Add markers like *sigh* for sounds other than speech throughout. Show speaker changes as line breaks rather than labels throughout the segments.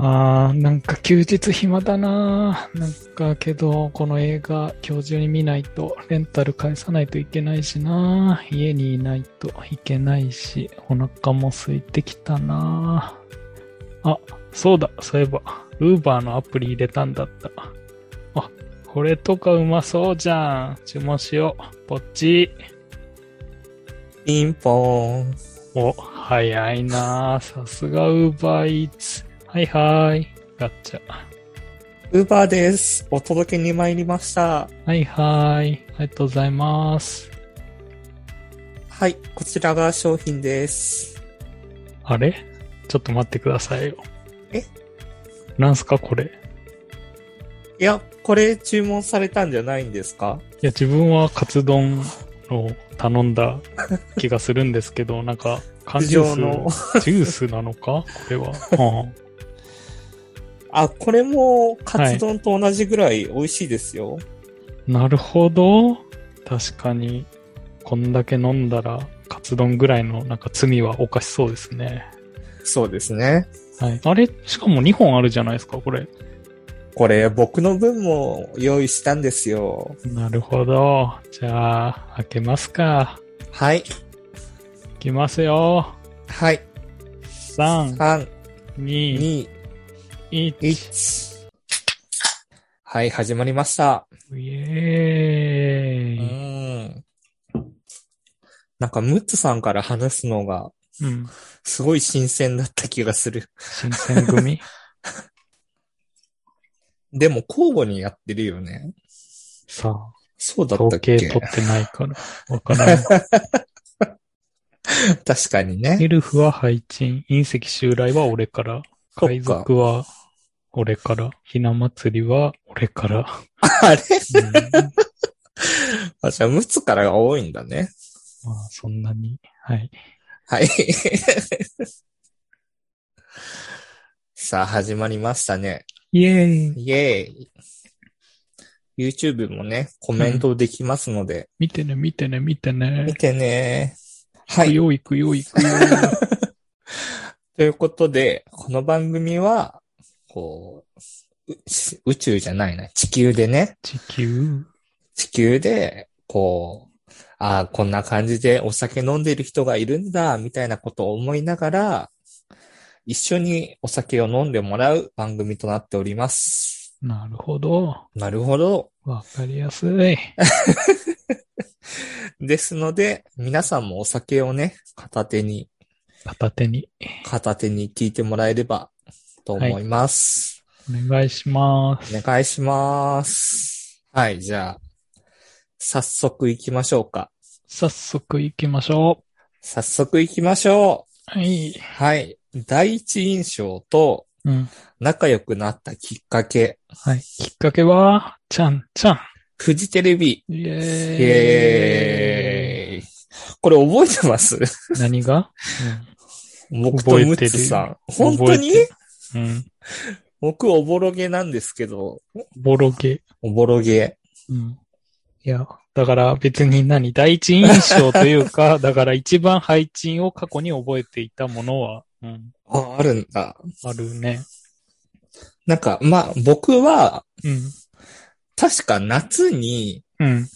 あーなんか休日暇だななんかけどこの映画今日中に見ないとレンタル返さないといけないしな家にいないといけないしお腹も空いてきたなあそうだそういえばウーバーのアプリ入れたんだったあこれとかうまそうじゃん注文しようポチ
ピンポーン。
お早いなさすがウーバーイーツはいはいガッチャ
ウーバーです。お届けに参りました。
はいはい。ありがとうございます。
はい、こちらが商品です。
あれちょっと待ってくださいよ。
え
なんすかこれ。い
いや、これ注文されたんじゃないんですか
や、自分はカツ丼を頼んだ気がするんですけ
*laughs*
ど、なんか、缶ジュ
頭上の
ース、ジュースなのかこれは。うん
あ、これもカツ丼と同じぐらい美味しいですよ。
なるほど。確かに、こんだけ飲んだら、カツ丼ぐらいのなんか罪は犯しそうですね。
そうですね。
はい。あれしかも2本あるじゃないですか、これ。
これ僕の分も用意したんですよ。
なるほど。じゃあ、開けますか。
はい、
いきますよ。
はい、
3、
3、
2、
2、
1。
1。はい、始まりました。
イ
う
エーイ。
ん。なんか、ムッツさんから話すのが、
うん。
すごい新鮮だった気がする。
新選
*laughs*
組
でも、交互にやってるよね。
さあ、
そうだった
統
っけ
計取ってないから、わからん。
*laughs* 確かにね。
エルフは配置、隕石襲来は俺から、
そっか
海賊は俺から、ひな祭りは俺から。
あ
う
れ
ん、ま
あ、じゃあ、ムッツからが多いんだね。
あ、そんなに。はい。
はい。 *laughs* さあ、始まりましたね。
イエーイ。
イエーイ。YouTube もね、コメントできますので、
見てね、見てね、見て
見
ね。
てね。はい。
よいくよいくよ。
ということで、この番組は、こう、うし宇宙じゃないな、地球でね、
地球。
地球で、こう、ああ、こんな感じでお酒飲んでる人がいるんだ、みたいなことを思いながら、一緒にお酒を飲んでもらう番組となっております。
なるほど。
なるほど。
わかりやすい。
ですので、皆さんもお酒をね、片手に、
片手に。
片手に聞いてもらえればと思います。
お願いします。
お願いします。はい、じゃあ、早速行きましょうか。
早速行きましょ
早速行きましょ
う。はい。
う。はい。第一印象と
うん。
仲良くなったきっかけ。
はい。きっかけは、ちゃんちゃん。
フジテレビ。
イ
イ
エーイ。
エーイ。これ覚えてます
*laughs* 何が、
僕とムッツさん。本当に
覚えてうん、うん。
僕おぼろげなんですけど、
ボロゲ。
おぼろげ。
うん。いや、だから別に何第一印象というか、だから一番配置を過去に覚えていたものは、うん、
あ、あるんだ。
あるね。
なんか、まあ、僕は、
うん。
確か夏に
うん。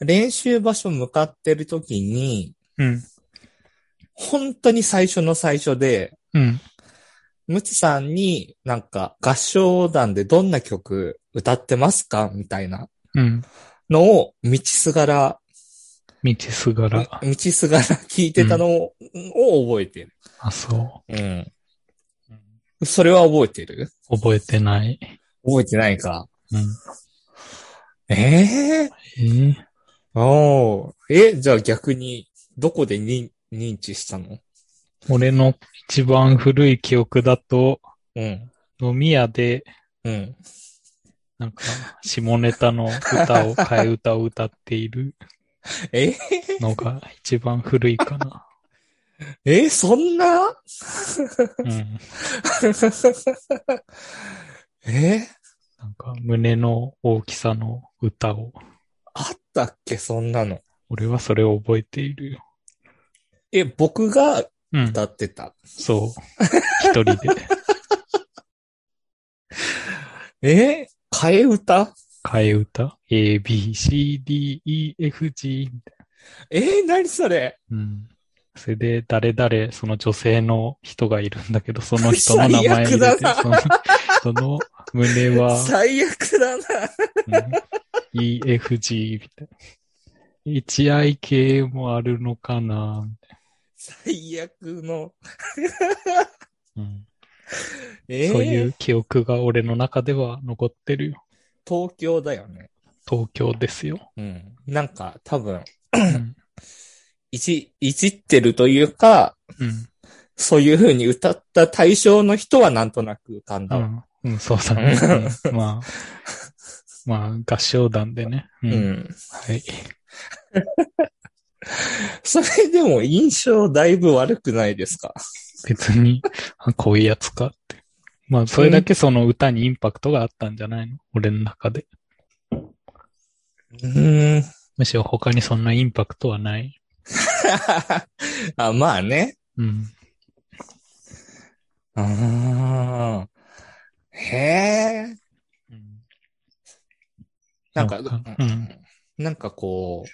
練習場所向かってる時に、
うん。
本当に最初の最初で、
うん。
ムツさんになんか合唱団でどんな曲歌ってますかみたいな
うん。
のを道すがら、
道すがら。
道すがら聞いてたのを,、覚えてる。
あ、そ
うん。それは覚えてる
う。覚えてない。
覚えてないか。
うん。
ええ
えー
おーえ、じゃあ逆に、どこでに認知したの
俺の一番古い記憶だと、
うん。
飲み屋で、
うん。
なんか、下ネ替えの歌を、替え歌を歌っている
*laughs* えー
のが一番古いかな。
えーそんな *laughs*
うん。
えー
なんか、胸の大きさの歌を。
あったっけそんなの。
俺はそれを覚えているよ。
え、僕が
うん。
歌ってた。
そう。一人で。
え替え歌
替え歌 ?A, B, C, D, E, F, G みたい
えー、何それ
な。うん。それで、誰々、その女性の人がいるんだけど、その人の名前入れて、
最悪
その、その胸
*laughs*
は、
最悪だな。
うん EFG みたいな。一愛系もあるのかな、
最悪の。
うん
えー、
そういう記憶が俺の中では残ってるよ。
東京だよね。
東京ですよ。
うん。なんか、多分、
うん
いじ、いじってるというか、
うん。
そういう風に歌った対象の人はなんとなく浮かん
う
だわ。
ん。うん、そうだね。うんまあ、まあ、合唱団でね。う。
うんん。
はい。
それでも印象だいぶ悪くないですか
別に、あこういうやつかって。まあ、それだけその歌にインパクトがあったんじゃないの俺の中で。
うん。 *laughs*
むしろ他にそんなインパクトはない。
あ、まあね。
うん。
うーん。へえ。
うん
なんか、
なんか
う
うんん
なんかこ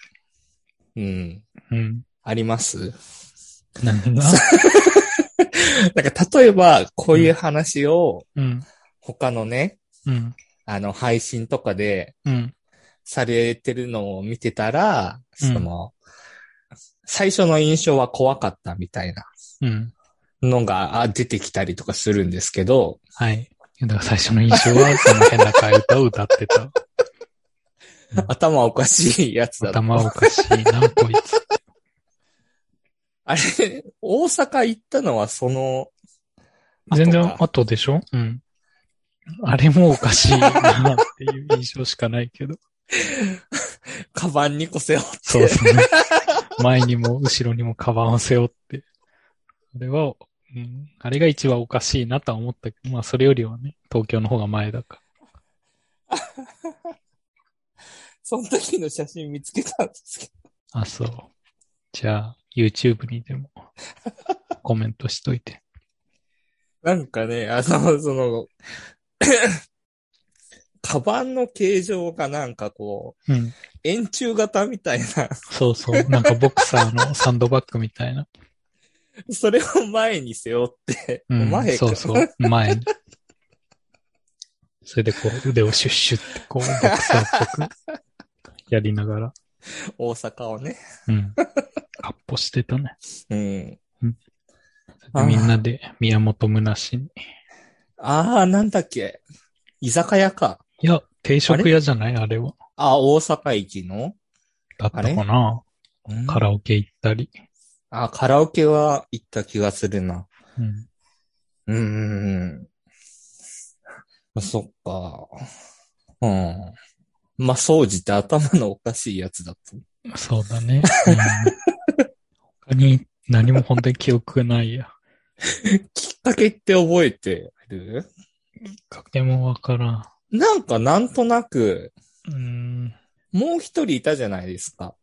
う、うん、
うん。
あります *laughs*
何が
なんか例えば、こういう話を
うん。
他のね、
うん。
あの、配信とかで
うん。
されてるのを見てたら、
うん
その、最初の印象は怖かったみたいな
うん。
のがあ出てきたりとかするんですけど、
はい。だから最初の印象は、その変な替え歌を歌ってた。うん
頭おかしいやつだと。
頭おかしいな、こいつ。
あれ、大阪行ったのはその、
全
後
然
か
後でしょうん。あれもおかしいなっていう印象しかないけど。
カバンに個性を。
そうそう、ね。前にも後ろにもカバンを背負って。あれは、うん、あれが一番おかしいなとは思ったけど、まあそれよりはね、東京の方が前だから。
その時の写真見つけたんですけど。
あ、そう。じゃあ、YouTube に
*laughs*
でもコメントしといて。
なんかね、あの、その、 *coughs* カバンの形状がなんかこう、
うん。
円柱型みたいな、 *laughs*
そうそう。なんかボクサーのサンドバッグみたいな。
それを前に背負って、
うん。
前か
そうそう。前に。それでこう腕をシュッシュってこうボクサーっぽくやりながら、
大阪をね。
うん。カッポしてたね。
うん。
でみんなで宮本むなしに。
ああ、なんだっけ。居酒屋か。
いや、定食屋じゃないあれは。
あー大阪駅の
だったかな
うん
カラオケ行ったり。
あ、カラオケは行った気がするな。
うん。
うーん。そっか。うん。まあ、掃除って頭のおかしいやつだと。
そうだね。うん、他に何も本当に記憶がないや。
きっかけって覚えてる
かけもわからん。
なんかなんとなく、
うーん。
もう一人いたじゃないですか。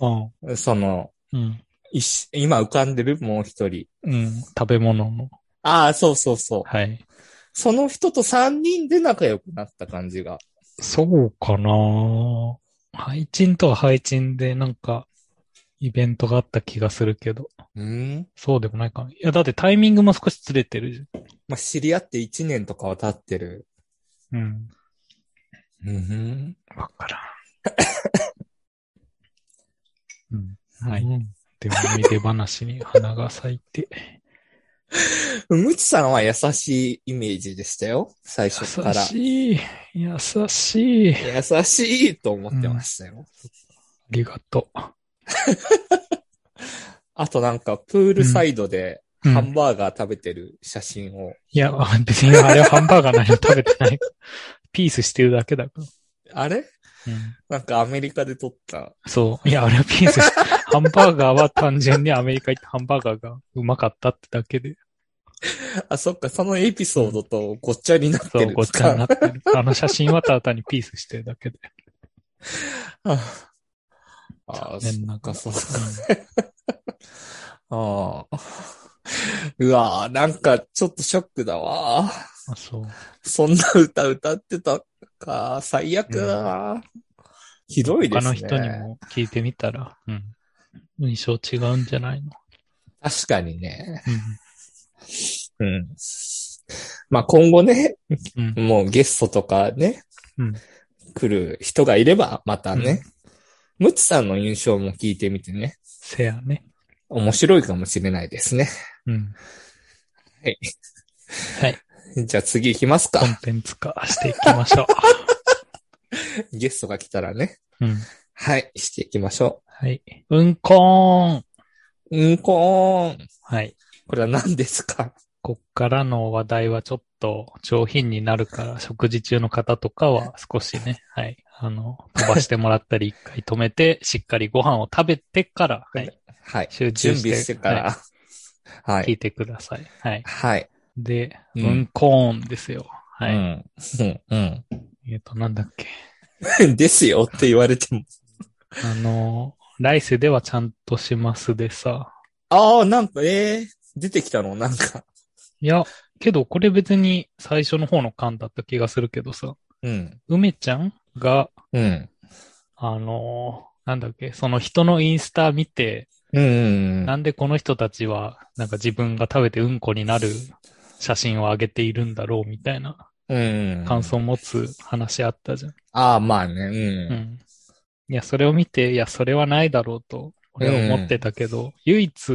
あ
その、
うん。
いし今浮かんでるもう一人。
うん。食べ物の。
ああ、そうそうそう。
はい。
その人と三人で仲良くなった感じが。
そうかな配信とは配信でなんか、イベントがあった気がするけど。
うん。
そうでもないかな。いや、だってタイミングも少しずれてるじ
まあ、知り合って一年とかは経ってる。
ゃん。うん。
うん。
わからん。うん。はい。でも、思い出話に花が咲いて。
むちさんは優しいイメージでしたよ。最初か
優
ら。
しい。優しい。あ
優しいと思ってましたよ。
りがと
あとなんか、プールサイドで
う。うん
ハンバーガー食べてる写真を。
いや、別にあれはハンバーガー何も食べてない。 *laughs* ピースしてるだけだから。
あれ
うん、
なんかアメリカで撮った。
そう。いや、あれはピース *laughs* しハンバーガーは単純にアメリカ行ってハンバーガーがうまかったってだけで。
あ、そっか、そのエピソードとごっちゃになって
そ
る
う、
ん
ごっ
です
ちゃにな
*laughs* か。
ってる。あの写真はただ単にピースしてるだけで。
ああ、
残念
*laughs* そ
なが
っからそっか。ああ。 *laughs* うわぁ、なんかちょっとショックだわぁ。
あ、そう。
そんな歌歌ってたか、最悪だな、ひどい
他
ですね。
の人にも聞いてみたら、うん。印象違うんじゃないの、
確かにね。
う
うん。まあ今後ね、
ん、うん。
もうゲストとかね、
うん
来る人がいれば、またね、ムツさんの印象も聞いてみてね、
せやね。
面白いかもしれないですね。
うん。
はい。
はい。
じゃあ次行きます
コン
か。
テンツ化していきましょ
ゲストが来たらね。
う。うん。
はい、していきましょ
はい。うんこーん。
う。うんこーん。
はい。
これは何ですか
こっからの話題はちょっと上品になるから、食事中の方とかは少しね、はい。あの、飛ばしてもらったり、一回止め *laughs* て、しっかりご飯を食べてから、はい。
はい。
集中
準
して
備してから。は
聞
い。
いてください。はい。
はい。
で、
う
うんん、こーんですよ。はい。
うん。うん。
えっ、と、なんだっけ。 *laughs*
うん。ですよって言われても。
あの、来世ではちゃんとしますでさ。
*laughs* ああ、なんか、ええ出てきたのなんか。
いや、けどこれ別に最初の方の巻だった気がするけどさ、
うん。
梅ちゃんが、
うん。
あのーなんだっけ、その人のインスタ見て、
うんうんう。
なんんでこの人たちは、なんか自分が食べてうんこになる写真を上げているんだろうみたいな
うん。
感想を持つ話あったじゃん。
ああ、まあね。
う。
うん
いや、それを見て、いや、それはないだろうと、俺は思ってたけど、唯一、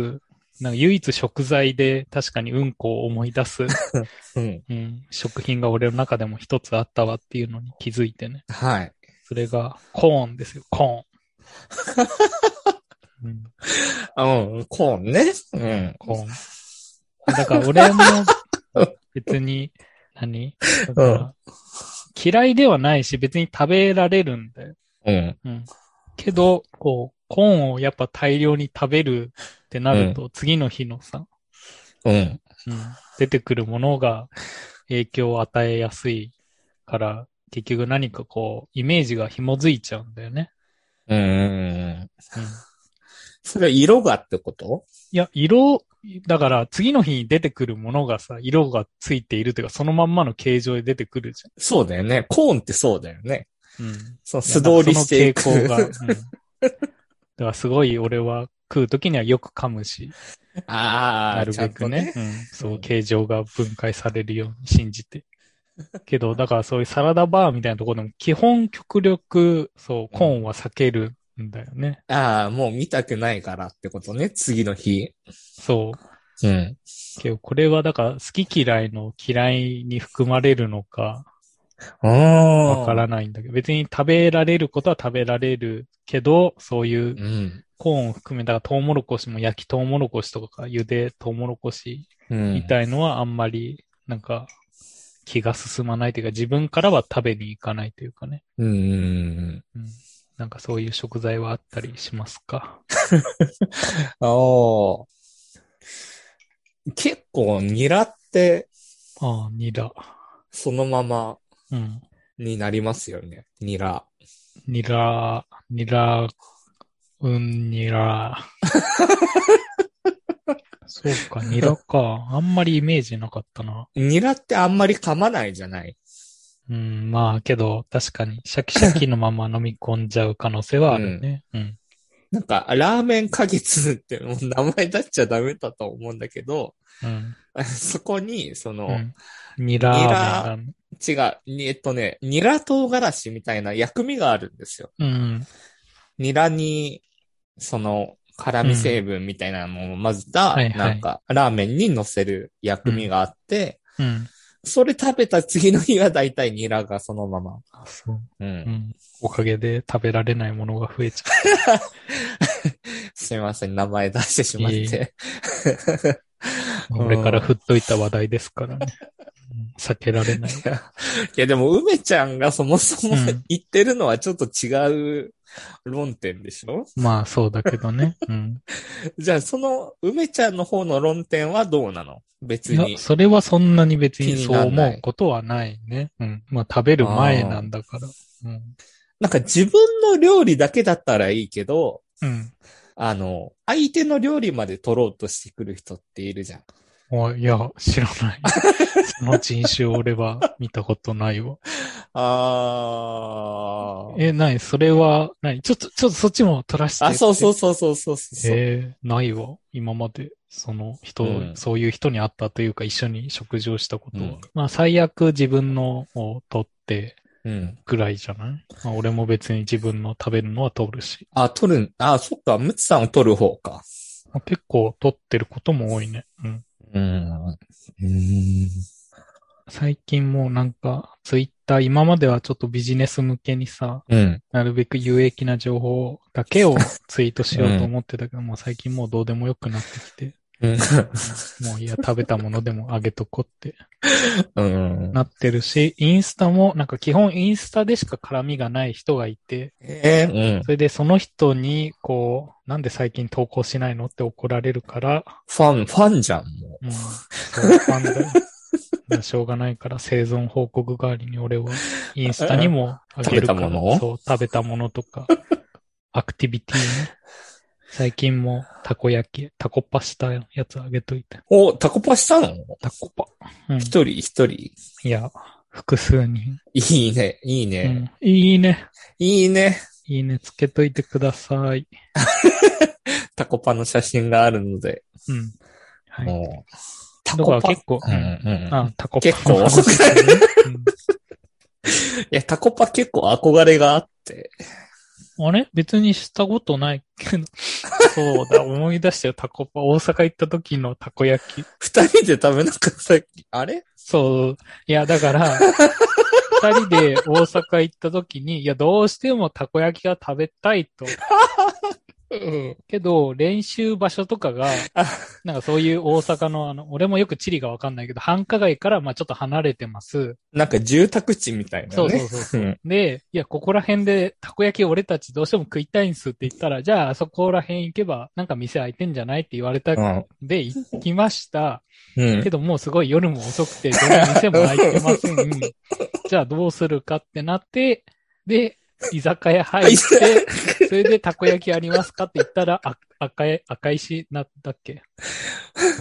なんか唯一食材で確かにうんこを思い出す、
ん。うん。
うん、食品が俺の中でも一つあったわっていうのに気づいてね。
はい。
それが、コーンですよ、コーン。うん
うん。コーンね。うん。
コーン。
*laughs*
だから俺も別に、何だから
うん
嫌いではないし別に食べられるんだよ。
うん。
うん。けど、こう、コーンをやっぱ大量に食べるってなると、次の日のさ、
うん。
うん、出てくるものが影響を与えやすいから、結局何かこう、イメージが紐づいちゃうんだよね。
うんうん。
うん。い
それは色がってこと
や、色、だから次の日に出てくるものがさ、色がついているというか、そのまんまの形状で出てくるじゃん。
そうだよね。コーンってそうだよね。
うん。
そう、素通りしていく。
その傾向が。うん、だからすごい俺は食うときにはよく噛むし、
あ
な
*laughs* あ、
る
ちゃ
べ
んと
く
ね
ね。。うん、そう、形状が分解されるように信じて。けど、だからそういうサラダバーみたいなところでも基本極力、そう、コーンは避けるんだよね。
ああ、もう見たくないからってことね。次の日。
そう。
うん。
けど、これはだから好き嫌いの嫌いに含まれるのか、
ああ。
わからないんだけど、別に食べられることは食べられるけど、そういう
うん。
コーンを含めたトウモロコシも焼きトウモロコシとか茹でトウモロコシ
うん。
みたいのはあんまりなんか気が進まないというか自分からは食べに行かないというかね。
うんうんうん
うん、なんかそういう食材はあったりしますか
うん。ああ。結構、ニラって、
ああ、ニラ。
そのまま
うん。
になりますよね。ニラ。
ニラ、ニラ、うん、ニラ。そうか、ニラか。あんまりイメージなかったな。
ニラってあんまり噛まないじゃない
うん、まあけど、確かに、シャキシャキのまま飲み込んじゃう可能性はあるね。 *laughs* うん。
なんか、ラーメン花月ってもう名前出しちゃダメだと思うんだけど、 *laughs*
うん。
そこに、その、
うん。ニラーメンがね
違う、にえっとね、ニラ唐辛子みたいな薬味があるんですよ。
うん。
ニラに、その、辛味成分みたいなのを混ぜた、
うんはいはい
なんか、ラーメンに乗せる薬味があって、
うん。
それ食べた次の日はだいたいニラがそのまま。
あ、そう。
う。
うんん。おかげで食べられないものが増えちゃ
すいません、名前出してしまって。
*laughs* う。これから振っといた話題ですから *laughs* ね。うん避けられない。
*laughs* いや、でも、梅ちゃんがそもそも
うん
言ってるのはちょっと違う論点でしょ、
まあ、そうだけどね。うん。
じゃあ、その、梅ちゃんの方の論点はどうなの別
い
に
や、。それはそんなに別に
気に
そう
ならない
思うことはないね。うん。まあ、食べる前なんだから。うん。
なんか自分の料理だけだったらいいけど、
うん。
あの、相手の料理まで取ろうとしてくる人っているじゃん。
おいや、知ら *laughs* ない。その人種を俺は見たことないわ。
あー。
え、なにそれは、なにちょっと、ちょっとそっちも取らしてって。
あ、そうそううそうそうそうそう。
えーないわ。今まで、その人、
うん
そういう人に会ったというか、一緒に食事をしたことは。
うん
まあ、最悪自分のを取って
うん。
ぐらいじゃない、まあ、俺も別に自分の食べるのは取るし。
あ、取るん、あ、そっか、ムツさんを取る方か。
まあ結構取ってることも多いね。うん。
うん。うーん。
最近もうなんか、ツイッター、今まではちょっとビジネス向けにさ、
うん。 *laughs*
なるべく有益な情報だけをツイートしようと思ってたけど、もう最近もうどうでもよくなってきて、
うん。
もういや、食べたものでもあげとこうって
うん。
なってるし、インスタもなんか基本インスタでしか絡みがない人がいて、
えーうん。
それでその人にこう、なんで最近投稿しないのって怒られるから、
ファン、ファンじゃん、も
うん、そうなんだよ。まあしょうがない *laughs* から生存報告代わりに俺はインスタにもあげるから。
食べたもの
そう、食べたものとか、アクティビティね。最近もたこ焼き、たこパしたやつあげといて。
う。お、タコパしたの
たこパ。うん。
一人一人。
いや、複数人、
いいね、いいうね。
ん。いいね。
いいね。
いいね。つけといてください。
タコパの写真があるので。
うん。はい。
もうタ
だから結構、
うん
うん
うん。
あ、タコパ。
結構いや、タコパ結構憧れがあって。
あれ別にしたことないけど。そうだ、思い出したよ、タコパ。大阪行った時のたこ焼き。
二人で食べなかったっけあれ
そう。いや、だから、二人で大阪行った時に、いや、どうしてもたこ焼きが食べたいと。
うん。
けど、練習場所とかが、なんかそういう大阪の、あの、俺もよく地理がわかんないけど、繁華街から、まあちょっと離れてます。
なんか住宅地みたいなね。
そうそうそうそう。
うん
で、いや、ここら辺でたこ焼き俺たちどうしても食いたいんすって言ったら、じゃああそこら辺行けばなんか店開いてんじゃないって言われた
うん。
で行きました。
うん
け。どもうすごい夜も遅くて、どの店も開いてません。じゃあどうするかってなって、で、居酒屋入って、それでたこ焼きありますかって言ったら、あ赤い、赤石なだっけ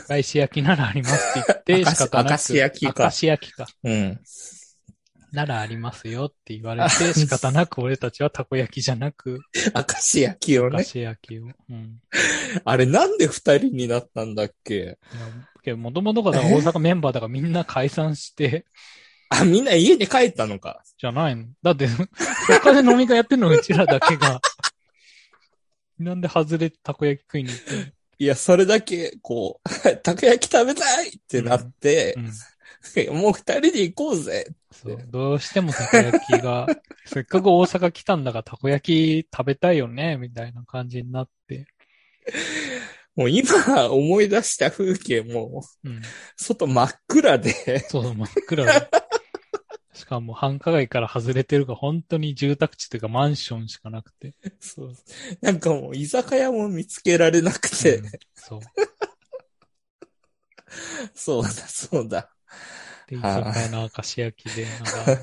赤石焼きならありますって言って、
*laughs* 赤
仕方なく。
赤石焼きか
赤石焼きか。
うん。
ならありますよって言われて、仕方なく俺たちはたこ焼きじゃなく、
明石焼きを
お菓
ね。
子焼きを。うん。
あれなんで二人になったんだっけ
いや、もともとがだから大阪メンバーだからみんな解散して、
あ、みんな家に帰ったのか。
じゃないの。だって、他で飲み会やってんのうちらだけが。 *laughs* なんで外れてたこ焼き食いに行ってんの
いや、それだけ、こう、 *laughs* たこ焼き食べたいってなって
う、ん。
もう二人で行こうぜ。
そう。どうしてもたこ焼きが、せっかく大阪来たんだがたこ焼き食べたいよね、みたいな感じになって。
もう今思い出した風景も、
うん。
外真っ暗で、 *laughs*
そうそう、真っ暗で。しかも繁華街から外れてるが、本当に住宅地というかマンションしかなくて。
そう。なんかもう居酒屋も見つけられなくて、
うんそう。
そうだ、そうだ。
で、居
はい
酒屋の明石焼きで、なんか、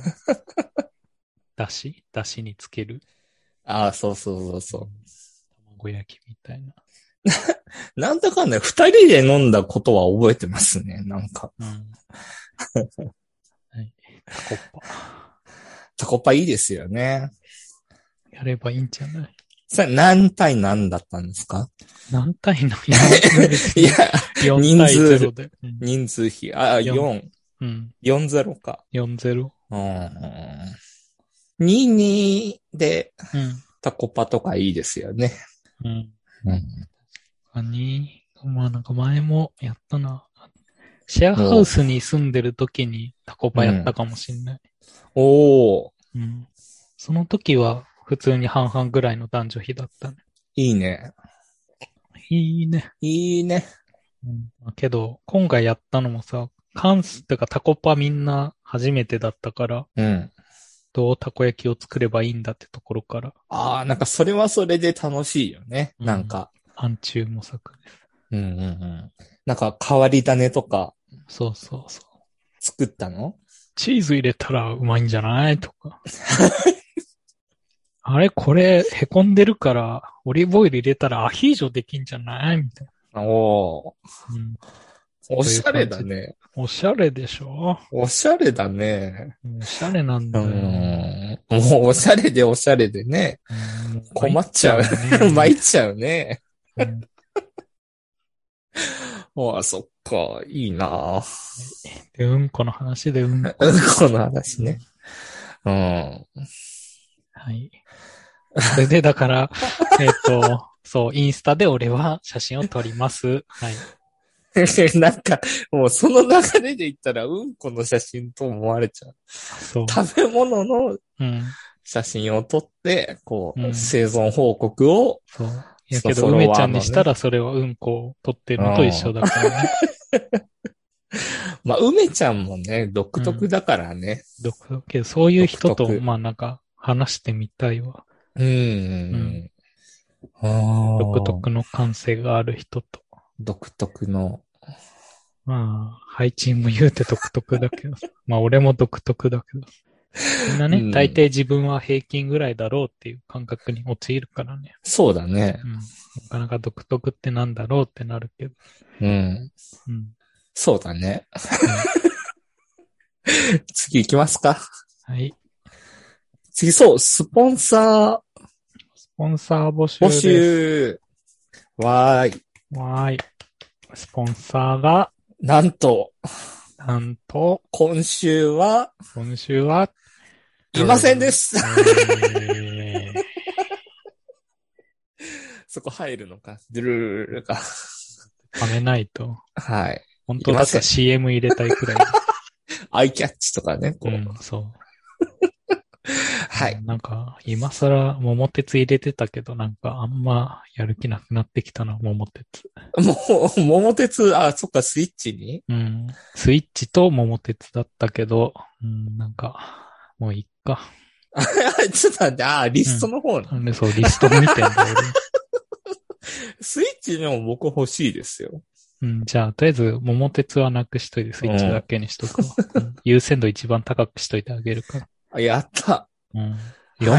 だしだしにつける
ああ、そうそうそうそう。
卵焼きみたいな。
なんだかんだ二人で飲んだことは覚えてますね。なんか、
うん。はい。タコパ。
タコパいいですよね。
やればいいんじゃない
さ、何対何だったんですか
何対何
*laughs* いや、
4対
人
0
数
で。うん
人数比、あ、
四
4、
うん。
40か。
4-0。
うん。22で
うん。
タコパとかいいですよね。
うん。
うん。
他に、まあなんか前もやったな。シェアハウスに住んでる時にタコパやったかもしんない。
おー、
うん。その時は普通に半々ぐらいの男女比だったね。
いいね。
いいね。
いいね。
うん。けど、今回やったのもさ、関数ってかタコパみんな初めてだったから、
うん。
どうたこ焼きを作ればいいんだってところから、
ああ、なんかそれはそれで楽しいよね。
うん
なんか。
暗中模索です。
うんうんうん。なんか変わり種とか
そうそうそう。
作ったの
チーズ入れたらうまいんじゃないとか。 *laughs* あれこれ、へこんでるから、オリーブオイル入れたらアヒージョできんじゃないみたい
おー
な、うん。
おしゃれだね。
おしゃれでしょ
おしゃれだね。
おしゃれなん
う
だよ。
ん。もうおしゃれでおしゃれでね。
うん
困っちゃ *laughs* う。参っちゃうね。
うん
ああ、そっか。いいなあ
で、うんこの話でうんこ。
うんこの話ね。うん。 *laughs*
はい。それで、だから、 *laughs* えっと、そう、インスタで俺は写真を撮ります。はい。
なんか、もうその流れで言ったら、うんこの写真と思われちゃう。
そう。
食べ物の
うん。
写真を撮って、こう、
うん
生存報告を、
そう。いやけ
そ
ど、
うフォ
梅
ロワーのね
ちゃんにしたらそれはうんこを撮ってるのと一緒だからね。
まあ、梅ちゃんもね、独特だからね。
独特けど、そういう人
独
と、
特
まあなんか、話してみたいわ。
うん。うんああ
独特の感性がある人と。
独特の。
まあ、配置も言うて独特だけど、 *laughs* まあ俺も独特だけど。みんなね、
うん
大抵自分は平均ぐらいだろうっていう感覚に陥るからね。
そうだね
う。ん。なかなか独特ってなんだろうってなるけど。
うん。
うん。
そうだね。 *laughs* 次行きますか。
はい。
次、そう、スポンサ
スポンサー募集
ー募
です。
集。わーい。
わーい。スポンサーが、
なんと、
なんと、
今週は、
今週は、
いませんです。
えー
そこ入るのか。ドゥルルルルか。
はめないと。
はい。
本当だ
いま
っ
せ
た
ん
ら CM 入れたいくらい。
アイキャッチとかね。こ
う
*laughs* う。
ん、そう。
はい。
なんか、今更、桃鉄入れてたけど、なんか、あんまやる気なくなってきたな、桃鉄。
もう、桃鉄、あ、そっか、スイッチに *laughs*
うん。スイッチと桃鉄だったけど、うん、なんか、もういっか。
あちょっと待って、あ、リストの方、
なんでそう、リスト見てんだよ、
*laughs* スイッチでも僕欲しいですよ。
俺うん、じゃあ、とりあえず、桃鉄はなくしといて、スイッチだけにしとくわ、うん優先度一番高くしといてあげるから。
あやった。
うん。
は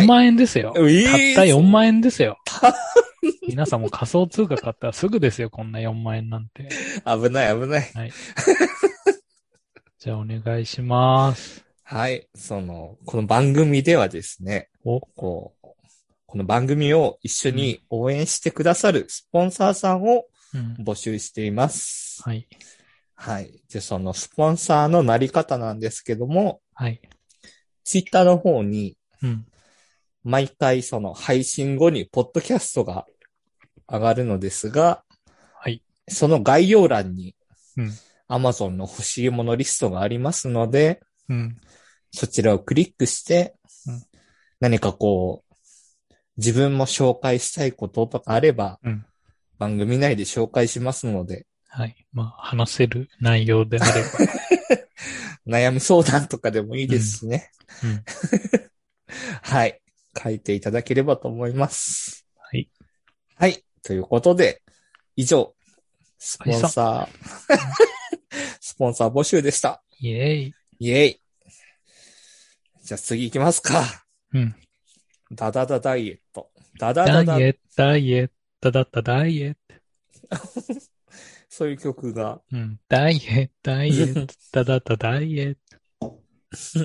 い
4万円ですよ。
えー
たった4万円です
*laughs*
よ。皆さんも仮想通貨買ったらすぐですよ、こんな4万円なんて。
危ない、危ない。 *laughs*
じゃあお願いします。
はい。その、この番組ではですね、
お、
こう、この番組を一緒に応援してくださるスポンサーさんを
うん。
募集しています。
はい。
はい。で、そのスポンサーのなり方なんですけども、
はい。
ツイッターの方に、
うん。
毎回その配信後にポッドキャストが上がるのですが、
はい。
その概要欄に
うん、
Amazon の欲しいものリストがありますので、
うん。
そちらをクリックして
うん、
何かこう、自分も紹介したいこととかあれば、
うん
番組内で紹介しますので、
はい。まあ、話せる内容であれば。
*laughs* 悩み相談とかでもいいですしね。
うんうん
*laughs* はい。書いていただければと思います。
はい。
はい。ということで、以上、スポンサー、 *laughs* スポンサー募集でした。
イエーイ。
イェイ。じゃあ次行きますか。
うん。
ダダダダイエット。ダダダ
ダ
ダ
イエット、ダイエット、だった、ダイエット。
そういう曲が。
うん。ダイエット、ダイエット、だだった、ダイエッ
*laughs*
ト。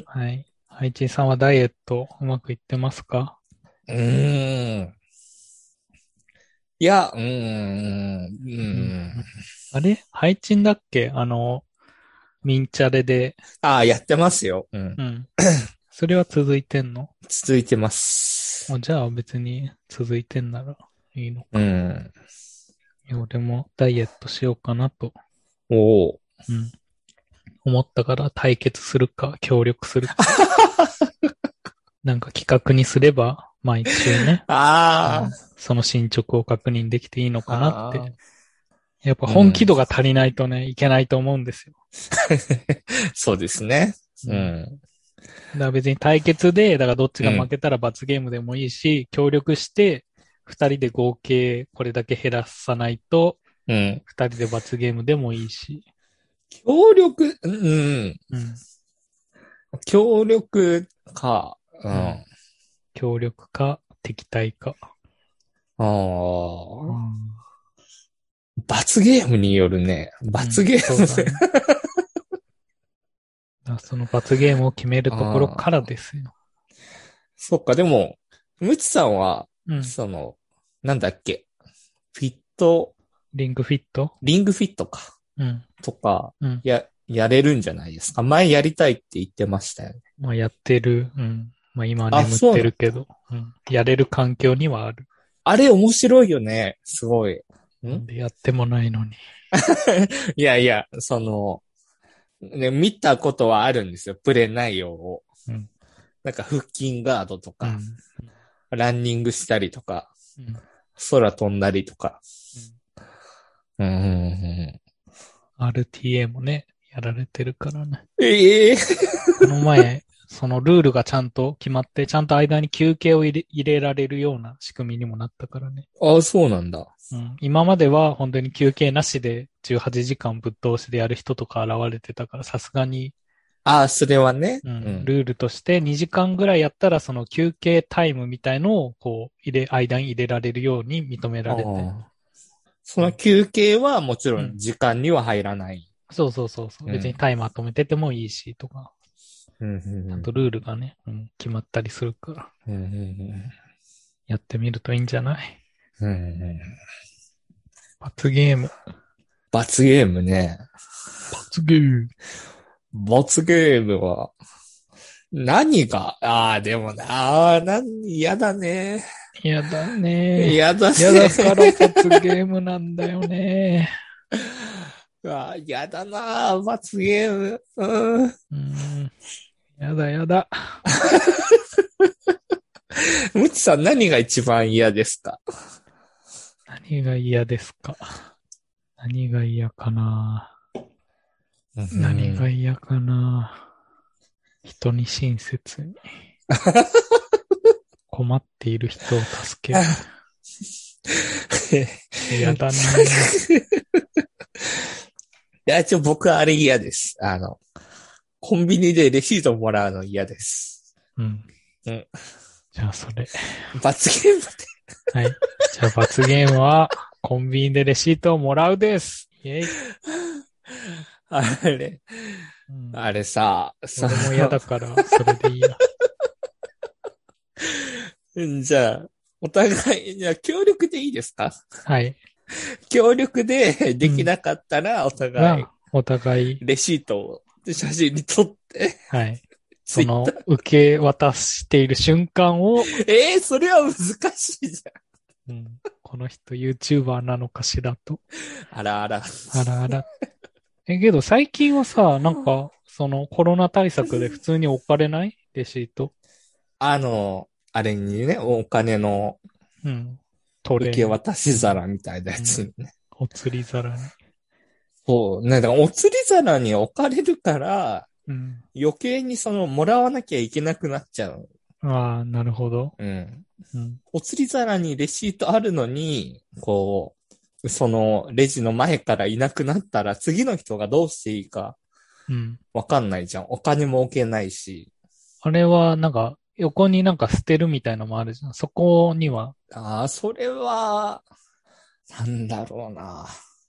はい。ハイチンさんはダイエット、うまくいってますか
うーん。いや、うーん。うーん。
あれハイチンだっけあの、ミンチャレで。
ああ、やってますよ。うん
う。ん。 *coughs* それは続いてんの
続いてます。
あじゃあ別に続いてんならいいの。
うん。
いや俺もダイエットしようかなと、
おお。
うん、思ったから対決するか協力
*laughs*
するか。なんか企画にすれば毎週ね、
あ
うんその進捗を確認できていいの
あ。
かなっ
あ
て。やっぱ本気度が足りないとね、いけないと思うんですよ。
ー。そうですね。うん。
だから別に対決で、だからどっちが負けたら罰ゲームでもいいし、協力して、二人で合計これだけ減らさないと、
うん。
二人で罰ゲームでもいいし。
協力、うん。
うん。
協力か。う
うん
ん。
協力か、敵対化。う
ああ。
ん
罰ゲームによるね。罰ゲーム、
うんそう *laughs* だねだからその罰ゲームを決めるところからですよ。
*laughs* そっか、でも、ムチさんは、
うん。
その、なんだっけ。フィット、
リングフィット
リングフィットか。
うん。
とか、
うん
や、やれるんじゃないですか。前やりたいって言ってましたよね。
まあやってる。うん。まあ今は
あ
眠ってるけど、うん。やれる環境にはある。
あれ面白いよね。すごい。ん
でやってもないのに。
いやいや、その、ね、見たことはあるんですよ。プレイ内容を。
うん
なんか腹筋ガードと
うん
か、ランニングしたりとか、
うん。
空飛んだりとか。うんうんうん
RTA もね、やられてるからね。
ええ
この前、 *laughs* そのルールがちゃんと決まって、ちゃんと間に休憩を入れ入れられるような仕組みにもなったからね。
あ、そうなんだ。
うん、今までは本当に休憩なしで18時間ぶっ通しでやる人とか現れてたから、さすがに、
あそれはね。
うんルールとして2時間ぐらいやったらその休憩タイムみたいのをこう入れ、間に入れられるように認められて
あ。ーその休憩はもちろん時間には入らない。
そうそうそうそう。
うん
別にタイマー止めててもいいしとか、
うんうん
ち
う
ゃん
ん
とルールがね、うん、決まったりするから、
うんうんうん
やってみるといいんじゃない
うんうん
罰ゲーム。
罰ゲームね。
罰ゲーム。
罰ゲームは、何が、ああ、でもな、あーなん、嫌だね。
やだね。
嫌だね。
やだから罰ゲームなんだよね。
*laughs* あー嫌だな、罰ゲーム。うん。
うん。やだやだ。
むちさん、何が一番嫌ですか
何が嫌ですか何が嫌かな何が嫌かな人に親切に。困っている人を助け
*laughs*
る。嫌だな。
いや、ちょ、僕はあれ嫌です。あの、コンビニでレシートもらうの嫌です。
うん。
うん
じゃあそれ。
罰ゲームって。
はい。じゃあ罰ゲームは、コンビニでレシートをもらうです。イェイ。
あれ、
うん、
あれさ、そ
俺も嫌だから、それでいい
*laughs*
や。
のじゃあ、お互い、じゃあ協力でいいですか
はい。
協力でできなかったら、お互い
が、お互い、
レシートを写真に撮って、
はい。
ツ
そ
イッ
の
ター。、
受け渡している瞬間を、
えー、それは難しいじ
うんこの人 YouTuber なのかしらと。
ゃん。あらあら。
あらあら。え、けど最近はさ、なんか、そのコロナ対策で普通に置かれないレシート。
あの、あれにね、お金の
うん。トレ
受け
ー、
渡し皿みたいなやつにね。
お釣り皿に。
そう。ね、だからお釣り皿に置かれるから、
うん。
余計にその、もらわなきゃいけなくなっちゃう。
ああ、なるほど。
うん。
うん。
お釣り皿にレシートあるのに、こう、その、レジの前からいなくなったら、次の人がどうしていいか
うん。
わかんないじゃん。お金も置けないし。
あれは、なんか、横になんか捨てるみたいのもあるじゃん。そこには、
ああ、それは、なんだろうな。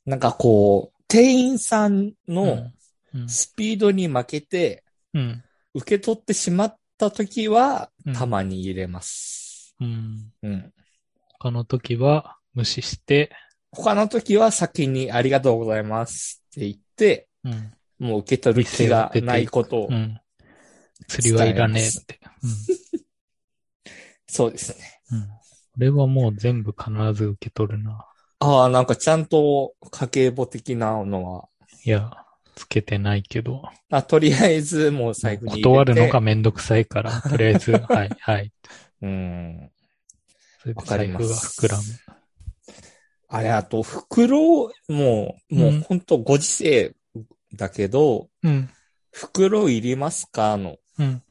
なんかこう、店員さんの
うん。
スピードに負けて、
うん。
受け取ってしまった時は
うん、
たまに入れます。
うん。
うん。
他の時は、無視して、
他の時は先にありがとうございますって言って、
うん。
もう受け取る気がないことを
う。ん。釣りはいらねえって。
そうですね。
うん。うん。俺はもう全部必ず受け取るな。
ああ、なんかちゃんと家計簿的なのは、
いや、つけてないけど。
あとりあえずもう財布に入れて。
断るのがめんどくさいから、とりあえ
*laughs*
ず、はい、はい。
うん。
それで
わかり
財
ま
布が
す
膨らむ。
あれ、あと袋、もう、も
うん
うほんとご時世だけど、
うん。
袋いりますかの。
うん。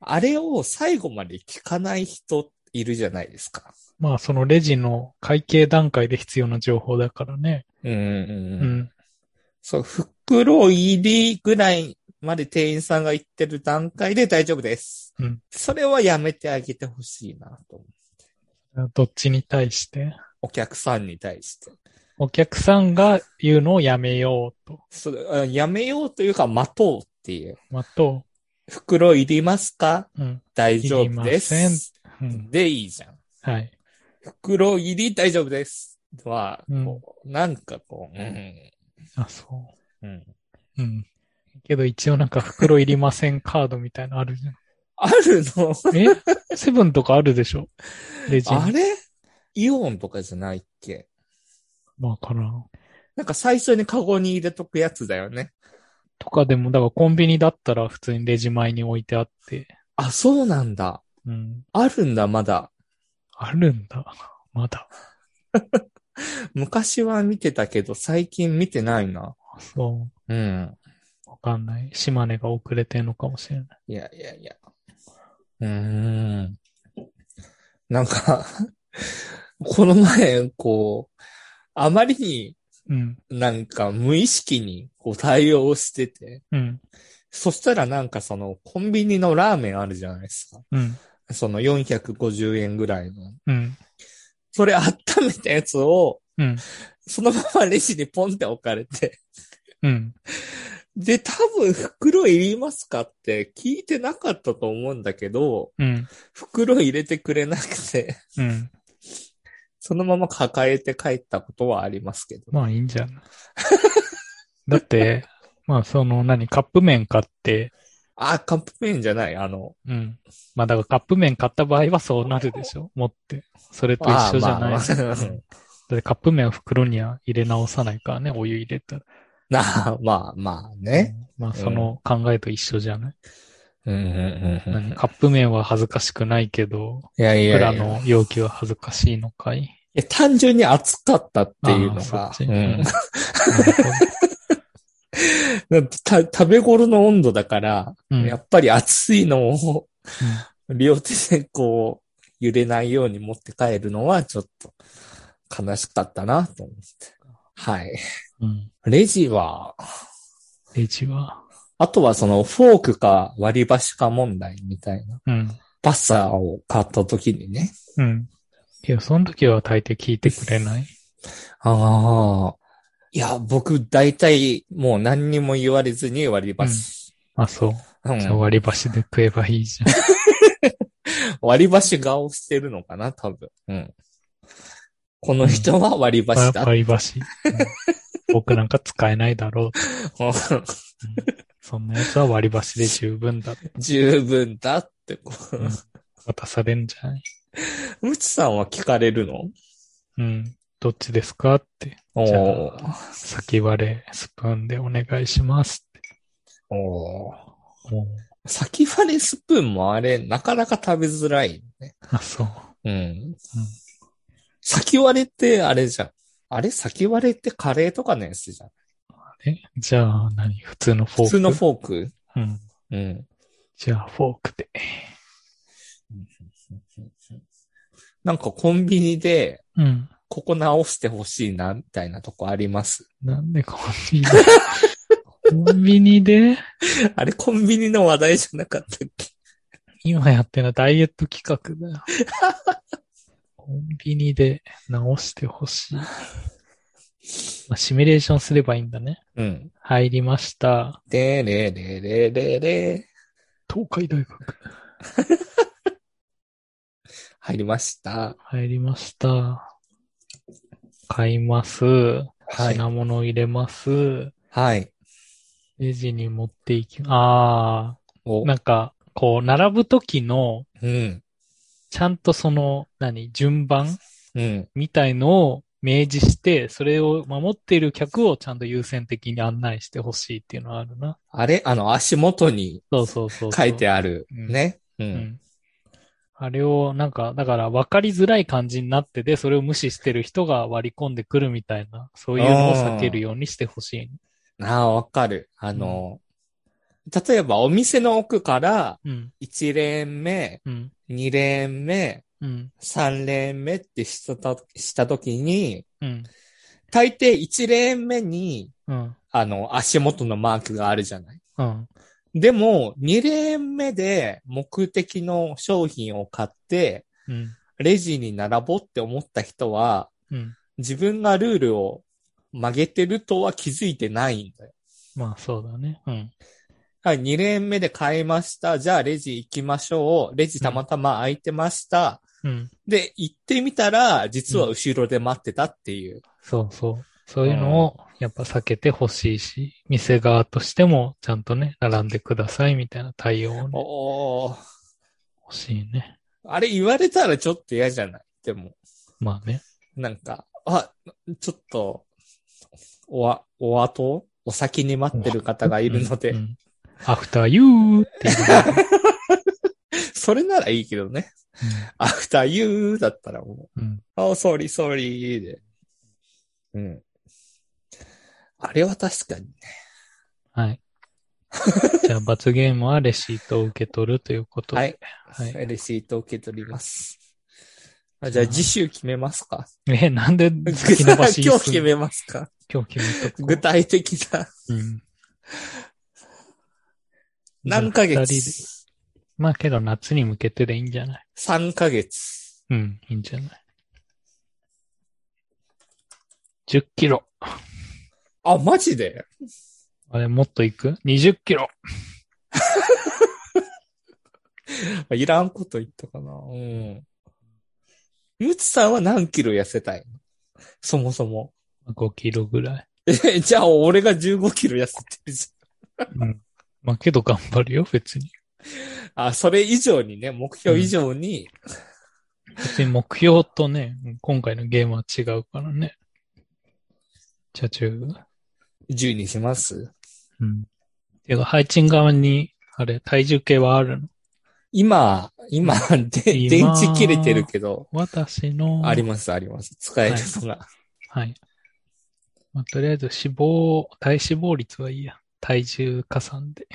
あれを最後まで聞かない人いるじゃないですか。
まあ、そのレジの会計段階で必要な情報だからね。
うんうんうん。
うん。
そう、袋入りぐらいまで店員さんが言ってる段階で大丈夫です。
うん
それはやめてあげてほしいなと思う。
どっちに対して
お客さんに対して。
お客さんが言うのをやめようと。
それあやめようというか、待とうっていう。
まあ、と、
袋いりますか
うん。
大丈夫です。
いりまうん。
でいいじゃん。
はい。
袋入り大丈夫です。は、
うん
こうなんかこう、うん。
あ、そ
うん。
う。うん。けど一応なんか袋いりませんカードみたいなのあるじゃん。
あるの
*laughs* えセブンとかあるでしょレジに。
あれイオンとかじゃないっけ
まあからん。
なんか最初にカゴに入れとくやつだよね。
とかでも、だからコンビニだったら普通にレジ前に置いてあって。
あ、そうなんだ。
うん。
あるんだ、まだ。
あるんだ。まだ。
昔は見てたけど、最近見てないな。
そ
うん。
う。わかんない。島根が遅れてんのかもしれない。
いやいやいや。うーん。なんか、 *laughs* この前、こう、あまりに
うん。
なんか無意識にこう対応してて、
うん。
そしたらなんかそのコンビニのラーメンあるじゃないですか。
うん。
その450円ぐらいの。
うん。
それ温めたやつを、
うん。
そのままレジにポンって置かれて。
うん。
で、多分袋いりますかって聞いてなかったと思うんだけど、
うん。
袋入れてくれなくて、 *laughs*
うん。
そのまま抱えて帰ったことはありますけど。
まあいいん *laughs* じゃないだって、まあその何、カップ麺買って、
あ、カップ麺じゃない、あの、
うん。まあだからカップ麺買った場合はそうなるでしょ持って。それと
あ
一緒じゃない。
まあまあ
うんだってカップ麺を袋には入れ直さないからね、お湯入れたら。
*laughs* なあ、まあまあね。
うんまあその考えと一緒じゃない、
うんうんうんうん
何カップ麺は恥ずかしくないけど、
いやい
僕
や
ら
いや。
の容器は恥ずかしいのかい
いや単純に暑かったっていうの
あーそ
が
っ、ち
うん
うん
だってた *laughs* 食べ頃の温度だから、 *laughs*
うん
やっぱり暑いのを両手でこう、揺れないように持って帰るのはちょっと悲しかったなと思って。はい。
うん。
レジは、
レジは。
あとはそのフォークか割り箸か問題みたいな。
うん。
パスターを買った時にね。
うん。いや、その時は大抵聞いてくれない
ああ。いや、僕大体もう何にも言われずに割り箸。
あ、そう。
うん
じゃあ割り箸で食えばいいじゃん。
割り箸顔してるのかな、多分。うん。この人は割り箸だ。
割り箸。うん僕なんか使えないだろう。そんなやつは割り箸で十分だ。
*laughs* 十分だってこ。
うん渡されんじゃないう
むちさんは聞かれるの
うん。どっちですかって。
お
じゃ
ー
先割れスプーンでお願いしますっ
おー
て。もう
先割れスプーンもあれ、なかなか食べづらいね。
あ、そう。
うん。先割れってあれじゃん。あれ先割れってカレーとかのやつじゃん。
え、じゃあ何、普通のフォーク
普通のフォーク
うん。
うん。
じゃあ、フォークで。
なんかコンビニで、
うん。
ここ直してほしいな、みたいなとこあります。
なんでコ *laughs* ンビニコンビニで
あれコンビニの話題じゃなかったっけ
今やってるのはダイエット企画だ *laughs* よ。コンビニで直してほしい。まあ、シミュレーションすればいいんだね。
うん。
入りました。
でれれれれれ、
東海大学。
入りました。
入りました。買います。
はい。
品物入れます。
はい。
レジに持っていき、あ
お
あ、なんか、こう、並ぶ時の、
うん。
ちゃんとその、何、順番
うん。
みたいのを明示して、それを守っている客をちゃんと優先的に案内してほしいっていうのはあるな。
あれあの、足元に
そうそうそうそ
書
う。
いてある。
うん
ね。う。
うんん。あれを、なんか、だから分かりづらい感じになってて、それを無視してる人が割り込んでくるみたいな、そういうのを避けるようにしてほしい。
ああ、わかる。あの、例えばお店の奥から
うん、
1レーン目、
うん、
2レーン目、
うん、
3レーン目ってしたとしたときに、
うん、
大抵1レーン目に、
うん、
あの、足元のマークがあるじゃない。
うん、
でも、2レーン目で目的の商品を買って、
うん。
レジに並ぼうって思った人は、
うん。
自分がルールを曲げてるとは気づいてないんだよ。
まあ、そうだね。うん。
はい、2レーン目で買いました。じゃあレジ行きましょう。レジたまたま空いてました。
うん。
で、行ってみたら、実は後ろで待ってたっていう。
そうそう。そういうのを、やっぱ避けてほしいし、店側としても、ちゃんとね、並んでくださいみたいな対応をね、
おー
欲しいね。
あれ言われたらちょっと嫌じゃないでも、
まあね。
なんか、あ、ちょっと、おわ、お後お先に待ってる方がいるので、
うんうんアフターユーって言う、
*laughs* それならいいけどね。アフターユーだったらも
うんうん。
う、あ、ソーリー、ソーリーで。うん。あれは確かにね。
はい。 *laughs* じゃあ、罰ゲームはレシートを受け取るということで。
はい。
はい。
レシートを受け取ります。あじゃあ次週決めますか
え、なんで
今
先延ばし
日
にすんの
決めますか
今日決めとこう
具体的な。
うん。
何ヶ
じゃあ二人で
月
まあけど夏に向けてでいいんじゃない
?3 ヶ月。
うん、いいんじゃない ?10 キロ。
あ、マジで
あれ、もっといく ?20 キロ。
*laughs* いらんこと言ったかな。うん。ゆうちさんは何キロ痩せたいのそもそも。
5キロぐらい。
え、じゃあ俺が15キロ痩せてるじ
うん。まあけど頑張るよ、別に。
ゃん。あ、それ以上にね、目標以上に、
別に目標とね、今回のゲームは違うからね。じゃあ10。
10にします
うん。てか、配置側に、あれ、体重計はあるの
今、今、で、
今
電池切れてるけど、
私の。
あります、あります。使えるのが。
はい。まあ、とりあえず脂肪、体脂肪率はいいや。体重加算で。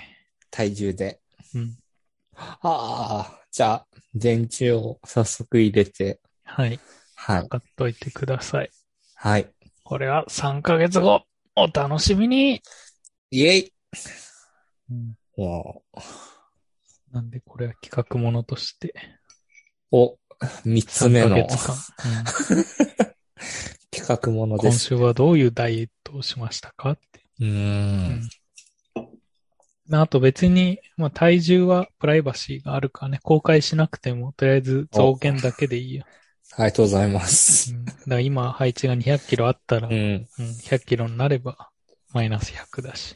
体重で。
うん。
ああ、じゃあ、電池を早速入れて、
はい。
はい、
買っといてください。
はい。
これは3ヶ月後、お楽しみに、
イェイもう、
なんで、これは企画ものとして。
お、三つ目
3ヶ
の
月間。
企画もの
うん
で
今
す。
週はどういうダイエットをしましたかって。
うーん。
まああと別に、まあ、体重はプライバシーがあるからね、公開しなくても、とりあえず増減だけでいいよ。
ありがとうございま
う
す。
ん、だから今、配置が200キロあったら
う、ん。
うん、100キロになれば、マイナス100だし。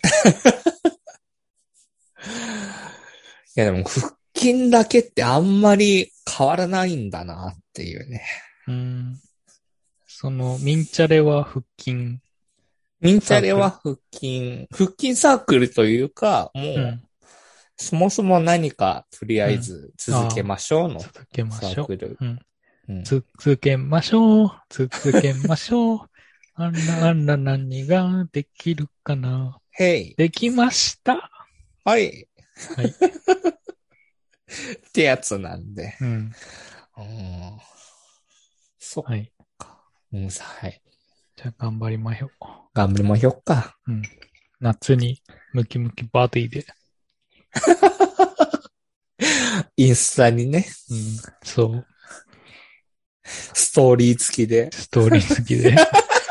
いやでも、腹筋だけってあんまり変わらないんだなっていうね。
うん。その、ミンチャレは腹筋。
ミンチャレは腹筋、腹筋サークルというか、もう、
うん。
そもそも何かとりあえず続けましょうの
続けま
サ
しょ
ー
う。
クル。
うん。
うん
つ続けましょう。続けましょう。 *laughs* あんな、あんな、何ができるかな。
へい。
できました。
はい。
はい
*laughs* ってやつなんで。
うん。
うん。そっか。
はい。
うん、さはい。
じゃあ、頑張りましょう。
頑張りましょうか。
夏に、ムキムキバディで。
インスタにね、
うん。そう。
ストーリー付きで。
ストーリー付き *laughs* で、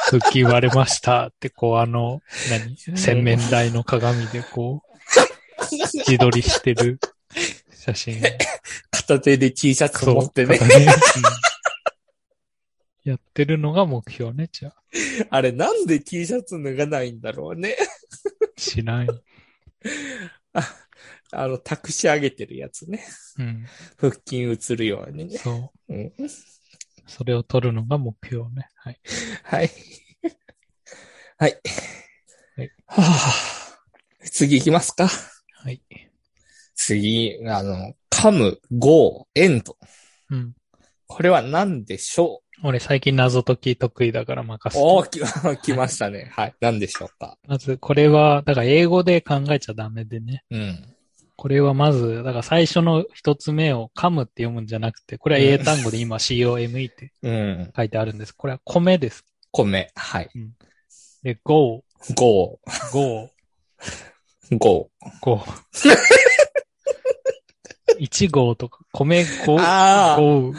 復帰割れましたって、こう、あの、何、洗面台の鏡で、こう、自撮りしてる写真。
片手で T シャツ持ってね
そ。う。片手うんやってるのが目標ね、じゃあ。
あれ、なんで T シャツ脱がないんだろうね。
しない。
あの、託し上げてるやつね。
うん。
腹筋映るようにね。
そう。
うん、
それを取るのが目標ね。はい。
はい。
は
はい。
い
はあ、次行きますか。
はい。
次、あの、噛む、ゴー、エンド。
うん。
これは何でしょ
俺最近謎解き得意だから任
う
せ
お
て。
ー、き *laughs* 来ましたね。はい。何でしょうか。
まず、これは、だから英語で考えちゃダメでね。
うん。
これはまず、だから最初の一つ目を噛むって読むんじゃなくて、これは英単語で今 COME って
うん。
書いてあるんです。これは米です。
米。はい。
で、go,
ゴ
go,
ー、ゴ
go.
*laughs*
1号とか、米 go,
あ
go,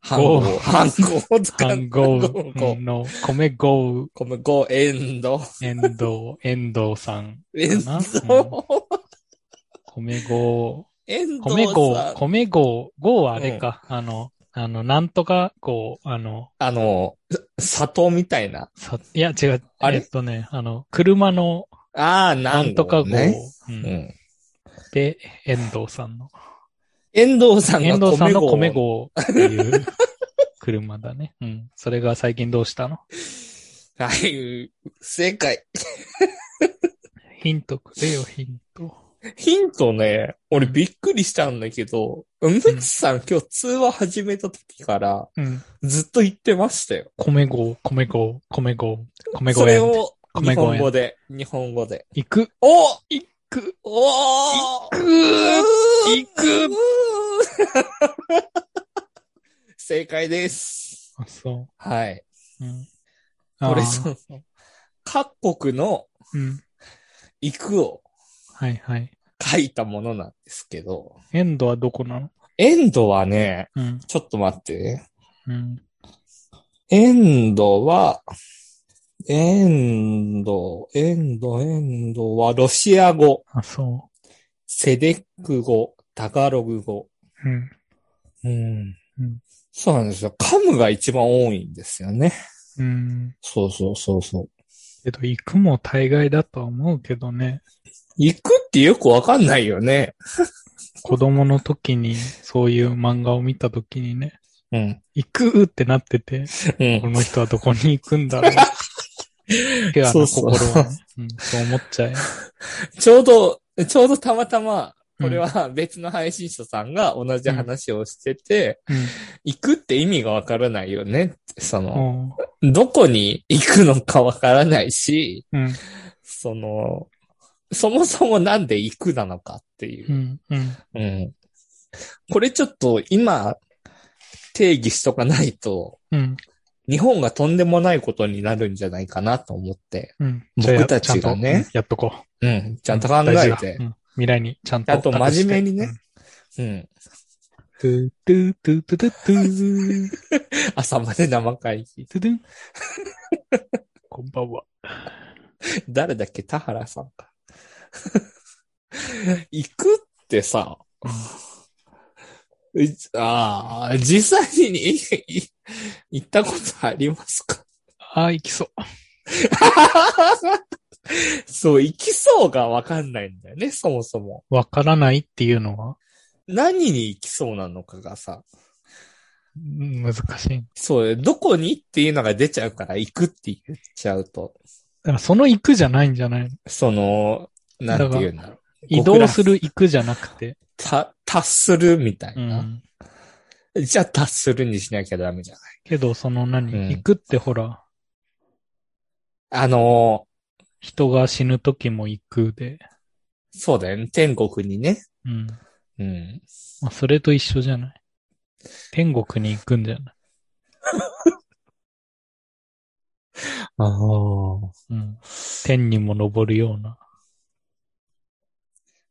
ハンゴ
ゴー
ー、ハンゴー使っ
ハ
た。
ンゴ
*laughs* ゴー
ーの米ゴー、
ごめん、ゴー、エンド。
遠藤、遠藤さん。
エン
な
ド。
米ゴ
エン
ー、
ド
米ゴ
さ
ー、
ん。
米ゴー、ゴーはあれか、あの、あの、なんとかゴー、あの、
あの、さ砂糖みたいな。
さいや、違う。
あれ
えっとね、あの、車の
ああ、な
なんんとか号、
ね。
う、
うんん。
で、遠藤さんの。
遠藤さんが
遠藤さんの米
米
号
号。
っていう車だね。うん。それが最近どうしたの
はい、正解。
ヒントくれよ、ヒント。
ヒントね、俺びっくりしたんだけど、梅津さん今日通話始めた時から
うん。
ずっと言ってましたよ。
米号、米号、米号、米
そ
号
れ
園。
を
米
日
ご
本
縁
語で、日本語で。
行く、
お
行く、
お
行
い
く
く *laughs* 正解です。
あ、そ
はい。
う。うん。あ
これ
ー
その、各国の
うん。
行くを
はいはい。
書いたものなんですけど、
エンドはどこなの
エンドはね、
うん。
ちょっと待ってね。
うん。
エンドは、エンド、エンド、エンドはロシア語、
あ、そ
セデック語、タガログ語。
う。うん。
うん
うん
そうなんですよ。カムが一番多いんですよね。
うん。
そうそうそうそう。
けど、行くも大概だとは思うけどね。
行くってよくわかんないよね。
子供の時に、そういう漫画を見た時にね、
うん。
行くってなってて、
うん
こ。の人はどこに行くんだろ
*laughs*
う。ピュア
そう
な
そう
心はね、うん、そう思っちゃえ。
ちょうど、ちょうどたまたま、 *laughs* これ
は、
は別の配信者さんが同じ話をしてて、
うん
行くって意味がわからないよねって。その、
おう
どこに行くのかわからないし、
うん、
その、そもそもなんで行くなのかっていうう。
ん、うん。
うん。これちょっと今、定義しとかないと、
うん、
日本がとんでもないことになるんじゃないかなと思って、
うん。
僕
じゃあ
たちがね
ちゃんとうんやっとこう。
うん、ち
ち
ゃんと考えて、
未来にちゃんと。
ちゃんと真面目にねうん、
うん。トゥトゥトゥトゥトゥトゥ
朝まで生会議。
トゥトゥン *laughs* こんばんは。
誰だっけ田原さんか。 *laughs* 行くってさ、 *laughs* うああ、実際に *laughs* いい行ったことありますか
ああ、行きそう。
そう、行きそうがわかんないんだよね、そもそも。
わからないっていうのは
何に行きそうなのかがさ、
うん難しい。
そう、どこにっていうのが出ちゃうから行くって言っちゃうと、
だからその行くじゃないんじゃないの
その、なんていうんだろう。
移動する行くじゃなくて。
た、達するみたいうな。
ん。
じゃあ達するにしなきゃダメじゃない。
けど、その何、
うん
行くってほら、
あの
人が死ぬ時も行くで。
ーそうだよね。天国にね。
うん。
うん。
まあ、それと一緒じゃない。天国に行くんじゃない。
ああ。
うん。天にも昇るような。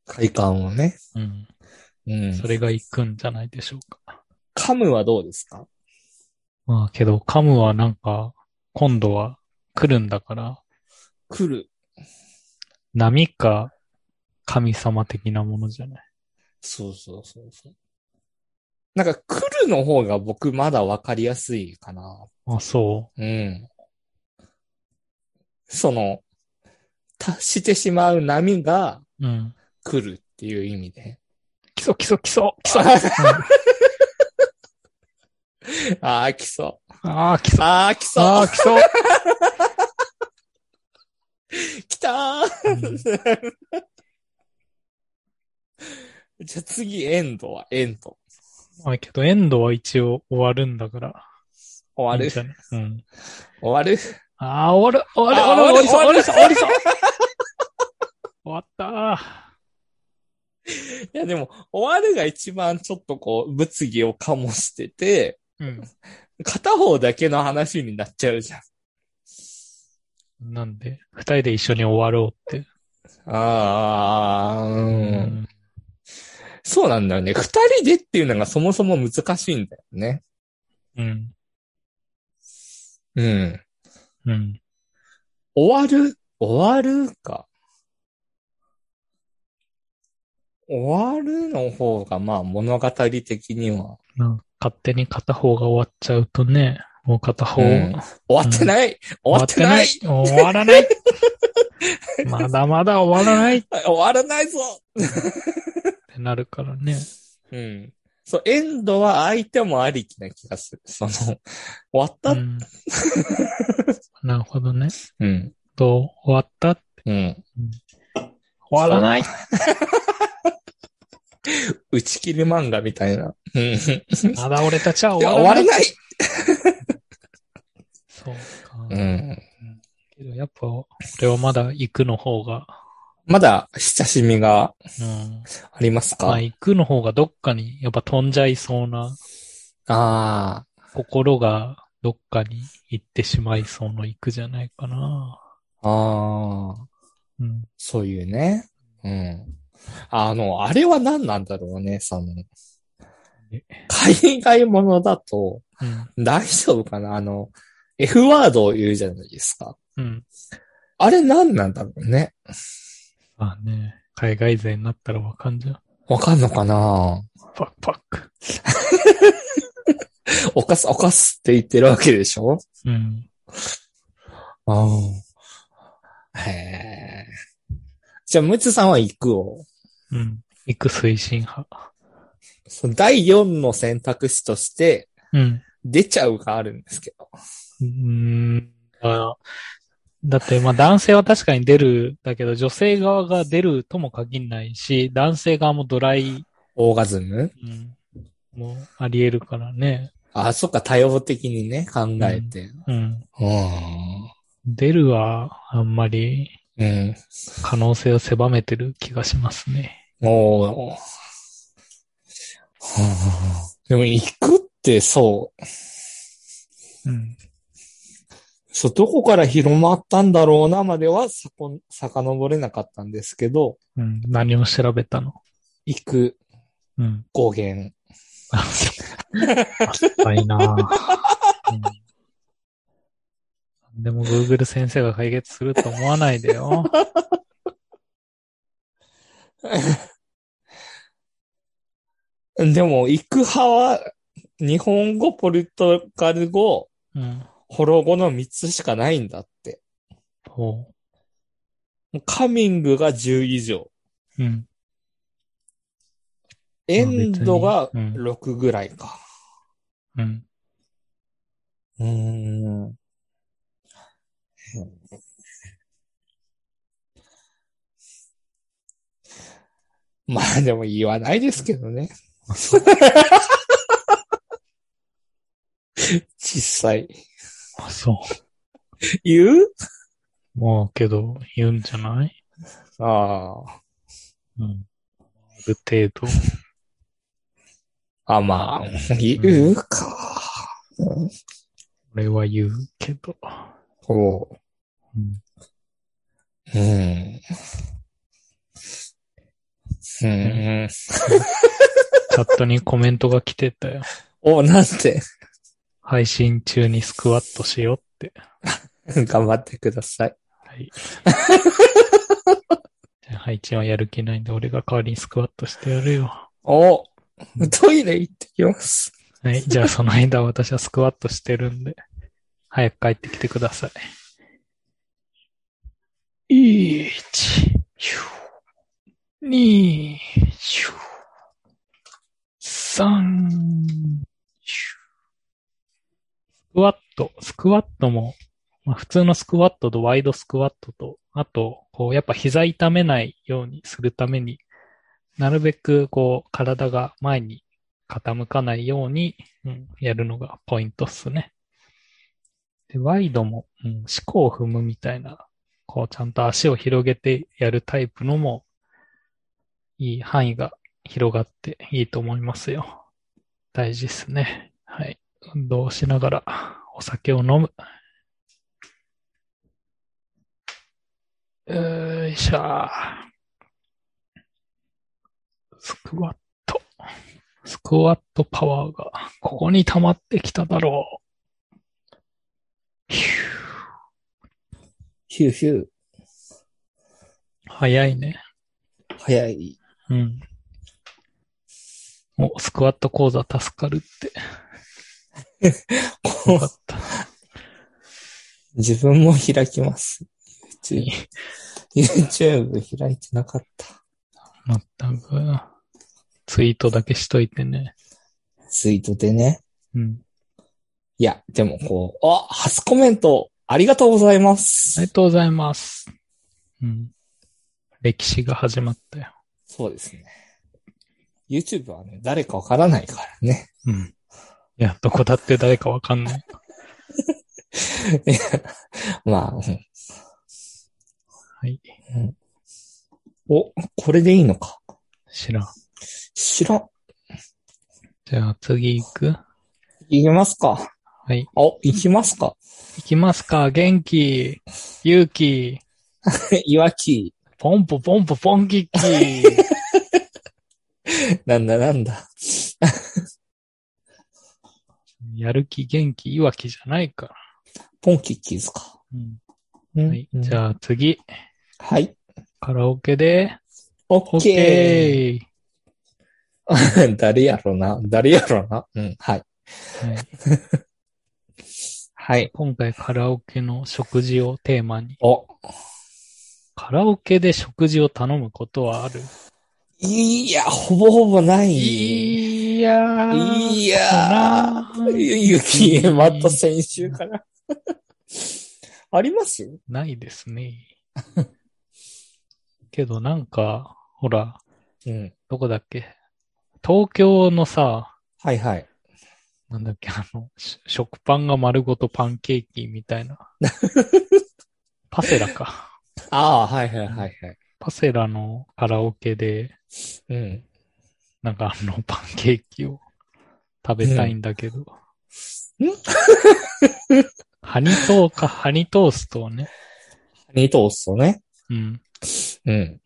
快感をね。
うん。
うん
それが行くんじゃないでしょうか。
カムはどうですか
まあ、けど、カムはなんか、今度は来るんだから、
来る。
波か神様的なものじゃない。
そうそうそうそう。なんか来るの方が僕まだわかりやすいかな。
あ、そ
うん。その、達してしまう波が
う。うん。
来るっていう意味で。
基礎基礎基礎基礎
ああ、来そ
ああ、基
う。
礎
ああ、来そ
あ
う。
あ、基礎
来た *laughs* ー、じゃあ次、エンドは、エンド。
まあけど、エンドは一応終わるんだから。
終わ
いいん
る
じゃないうん。
終わる
ああ、終わる終
あ
わる
ー
終わりそう終
終わ
わ
る
りそう終わりそう終わった
いや、でも、終わるが一番ちょっとこう、物議を醸してて、
ー
片方だけの話になっちゃうじゃん。
うん。なんで、二人で一緒に終わろうって。
ああ、う。。
うん
そうなんだよね。二人でっていうのがそもそも難しいんだよね。
うん。
うん。
うん。
終わる、終わるか。終わるの方が、まあ物語的には、
なんか勝手に片方が終わっちゃうとね、もう片方、
うん終わってない、終わってない
終わらない *laughs* まだまだ終わらないっ
終わらないぞ
てなるからね。
うん。そう、エンドは相手もありきな気がする。その、終わった
うん、 *laughs* なるほどね。
うん。
と、終わった
うん。
終わらない
打ち切り漫画みたいな。うん。い
まだ俺たちは終
や
わ
終
らな
わら
い。
ない
そうか。
うん。
けどやっぱ、俺はまだ行くの方が、
まだ、親しみが
うん。
ありますか、
まあ行くの方がどっかに、やっぱ飛んじゃいそうな、
ああ。
心がどっかに行ってしまいそうの行くじゃないかな。
ああ。
うん。
そういうね。うん。あの、あれは何なんだろうね、その
え。
海外ものだと、
うん。
大丈夫かなあの、F ワードを言うじゃないですか。
うん。
あれ何なんだろうね。
まあね、海外勢になったらわかんじゃん。
わかんのかな
パックパック。
おかす、おかすって言ってるわけでしょ
うん。
ああ。へえ。じゃあ、ムツさんは行くを。
うん。行く推進派。
その第4の選択肢として、
うん。
出ちゃうがあるんですけど。
うーん。あだって、まあ男性は確かに出る、だけど女性側が出るとも限らないし、男性側もドライ、
オーガズム
うん、もうあり得るからね。
あ、そっか、多様的にね、考えて。
うん。
うん。
出るはあんまり
うん。
可能性を狭めてる気がしますね。
おー。でも、行くって、そう。
うん。
そう、どこから広まったんだろうな、までは、さこ、遡れなかったんですけど、
うん。何を調べたの
行く
うん。
語源。
あ、深 *laughs* いなぁ、うん、でも Google 先生が解決すると思わないでよ。
でも、行く派は、日本語、ポルトガル語、
うん。
ホロ語の3つしかないんだって。
ほ
もうカミングが10以上。
う。うん。
エンドが
別にう
6ぐらいか。
うん。
うーん。まあでも言わないですけどね。実際。
あ、そう。
言う
もうけど、言うんじゃない
あ
うん。ある程度。
あ。あ、まあ、言うか。
俺は言うけど。
こ
うん。
う。うん。うん。
チャットにコメントが来てたよ。
お、なんて。
配信中にスクワットしようって。
*laughs* 頑張ってください。
はい。じゃあ、配信はやる気ないんで、俺が代わりにスクワットしてやるよ。
お、 *laughs* トイレ行ってきます。
はい。じゃあ、その間私はスクワットしてるんで、早く帰ってきてください。一、二、三、スクワット、スクワットも、まあ、普通のスクワットとワイドスクワットと、あと、こう、やっぱ膝痛めないようにするために、なるべく、こう、体が前に傾かないように、うん、やるのがポイントっすね。で、ワイドも、うん、思考を踏むみたいな、こう、ちゃんと足を広げてやるタイプのも、いい範囲が広がっていいと思いますよ。大事っすね。はい。運動をしながら、お酒を飲む。よいしょ。スクワット。スクワットパワーが、ここに溜まってきただろう。ヒュー
ヒューヒュー。
早いね。
早い。
うん。お、スクワット講座助かるって。
こ
よか
う
った。
*laughs* 自分も開きます。YouTube, YouTube 開いてなかった。
まったく。ツイートだけしといてね。
ツイートでね。
うん。
いや、でもこう、あ、初コメント、ありがとうございま
あ
す。
りがとうございます。うん。歴史が始まったよ。
そうですね。YouTube はね、誰かわからないからね。 *laughs*
うん。いや、どこだって誰かわかんない。
まあ、うん
はい。
お、これでいいのか。
知らん。
知らん。
じゃあ次行く
行きますか。
はい。
お、行きますか。 *laughs*
行きますか。元気、勇気、
いわき。
ポンポポンポポンキッキー。
なんだなんだ。
*laughs* やる気、元気、いわきじゃないから。
ポンキッキーズか。
うん。はい。じ
あ。
ゃあ次、
はい。
カラオケで、
オ
オ
ッ
ッケ
ケ
ー。
ー。 *laughs* 誰やろな。誰やろな。うん。はい。
はい、
はい。
今回カラオケの食事をテーマに、
お、
カラオケで食事を頼むことはある
いや、ほぼほぼない。い
いやー。
や
かな
ー。ゆき、また先週から。 *laughs* あります
ないですね。けどなんか、ほら、
うん。
どこだっけ東京のさ、
はいはい。
なんだっけ、あの、し食パンが丸ごとパンケーキみたい
*laughs*
な。パセラか。
ああ、はいはいはいはい。
パセラのカラオケで、
うん。
なんかあの、パンケーキを食べたいんだけど。
うん
ハニトーか、ハニトーストをね。
ニトーストね。
うん。
うん。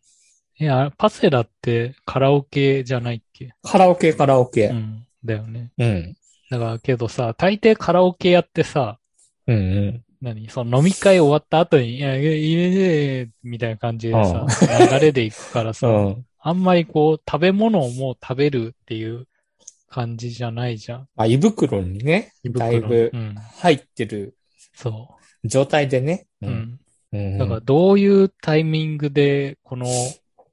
いや、パセラってカラオケじゃないっけ
カラオケ、カラオ
う
ケ。
ん。だよね。
うん。
だからけどさ、大抵カラオケやってさ、
うんうん。
何その飲み会終わった後に、いや、いやいやいやいやみたいな感じでさ、流れで行くから
う
さ、
ん。
あんまりこう、食べ物をもう食べるっていう感じじゃないじゃん。
あ、胃袋にね、
胃
だいぶ
うん。
入ってる
そ
状態でね。
う。うん。
うん。
だからどういうタイミングで、この、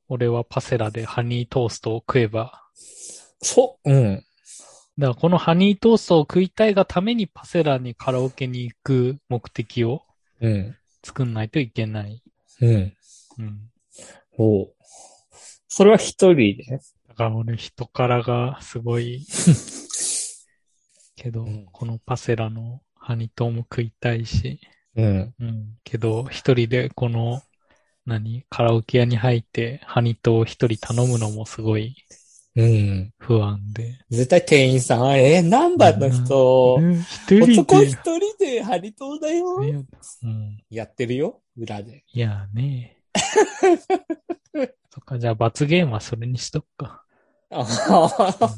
俺はパセラでハニートーストを食えば、
そう、うん。
だからこのハニートーストを食いたいがためにパセラにカラオケに行く目的を
うん。
作んないといけない。
うん。
うん。
おうそれは一人で。
だから俺人柄がすご *laughs* い。けど、
うん
このパセラのハニトーも食いたいし、
うん。
うん。けど、一人でこの、何カラオケ屋に入って、ハニトーを一人頼むのもすごい
うん。
不安で。
絶対店員さん、え、何番の人、
うん一人
男
で
一。人でハリトーだよ。
ねうん、
やってるよ、裏で。
いや *laughs* ね。そっか、じゃあ罰ゲームはそれにしとくか。
あはは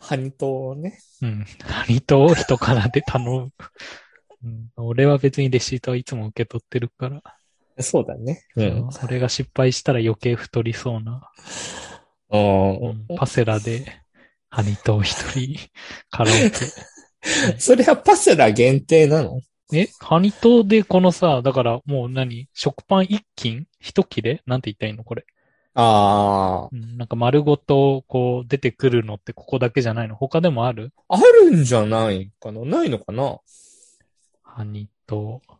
ハニトーをね。
うん。ハニトーを人からで頼む。うん、俺は別にレシートはいつも受け取ってるから。
そうだね。う
そ。うそれが失敗したら余計太りそうな、うん
うん
パセラで、ハニトー一
*laughs*
人、カラオ
それはパセラ限定なの
ケ。え、ハニトーでこのさ、だからもう何食パン一斤一切れなんて言ったらいいのこれ。
あ
うん、なんか丸ごと、こう、出てくるのってここだけじゃないの他でもある
あ。あるんじゃないかなないのかな
ハニトー。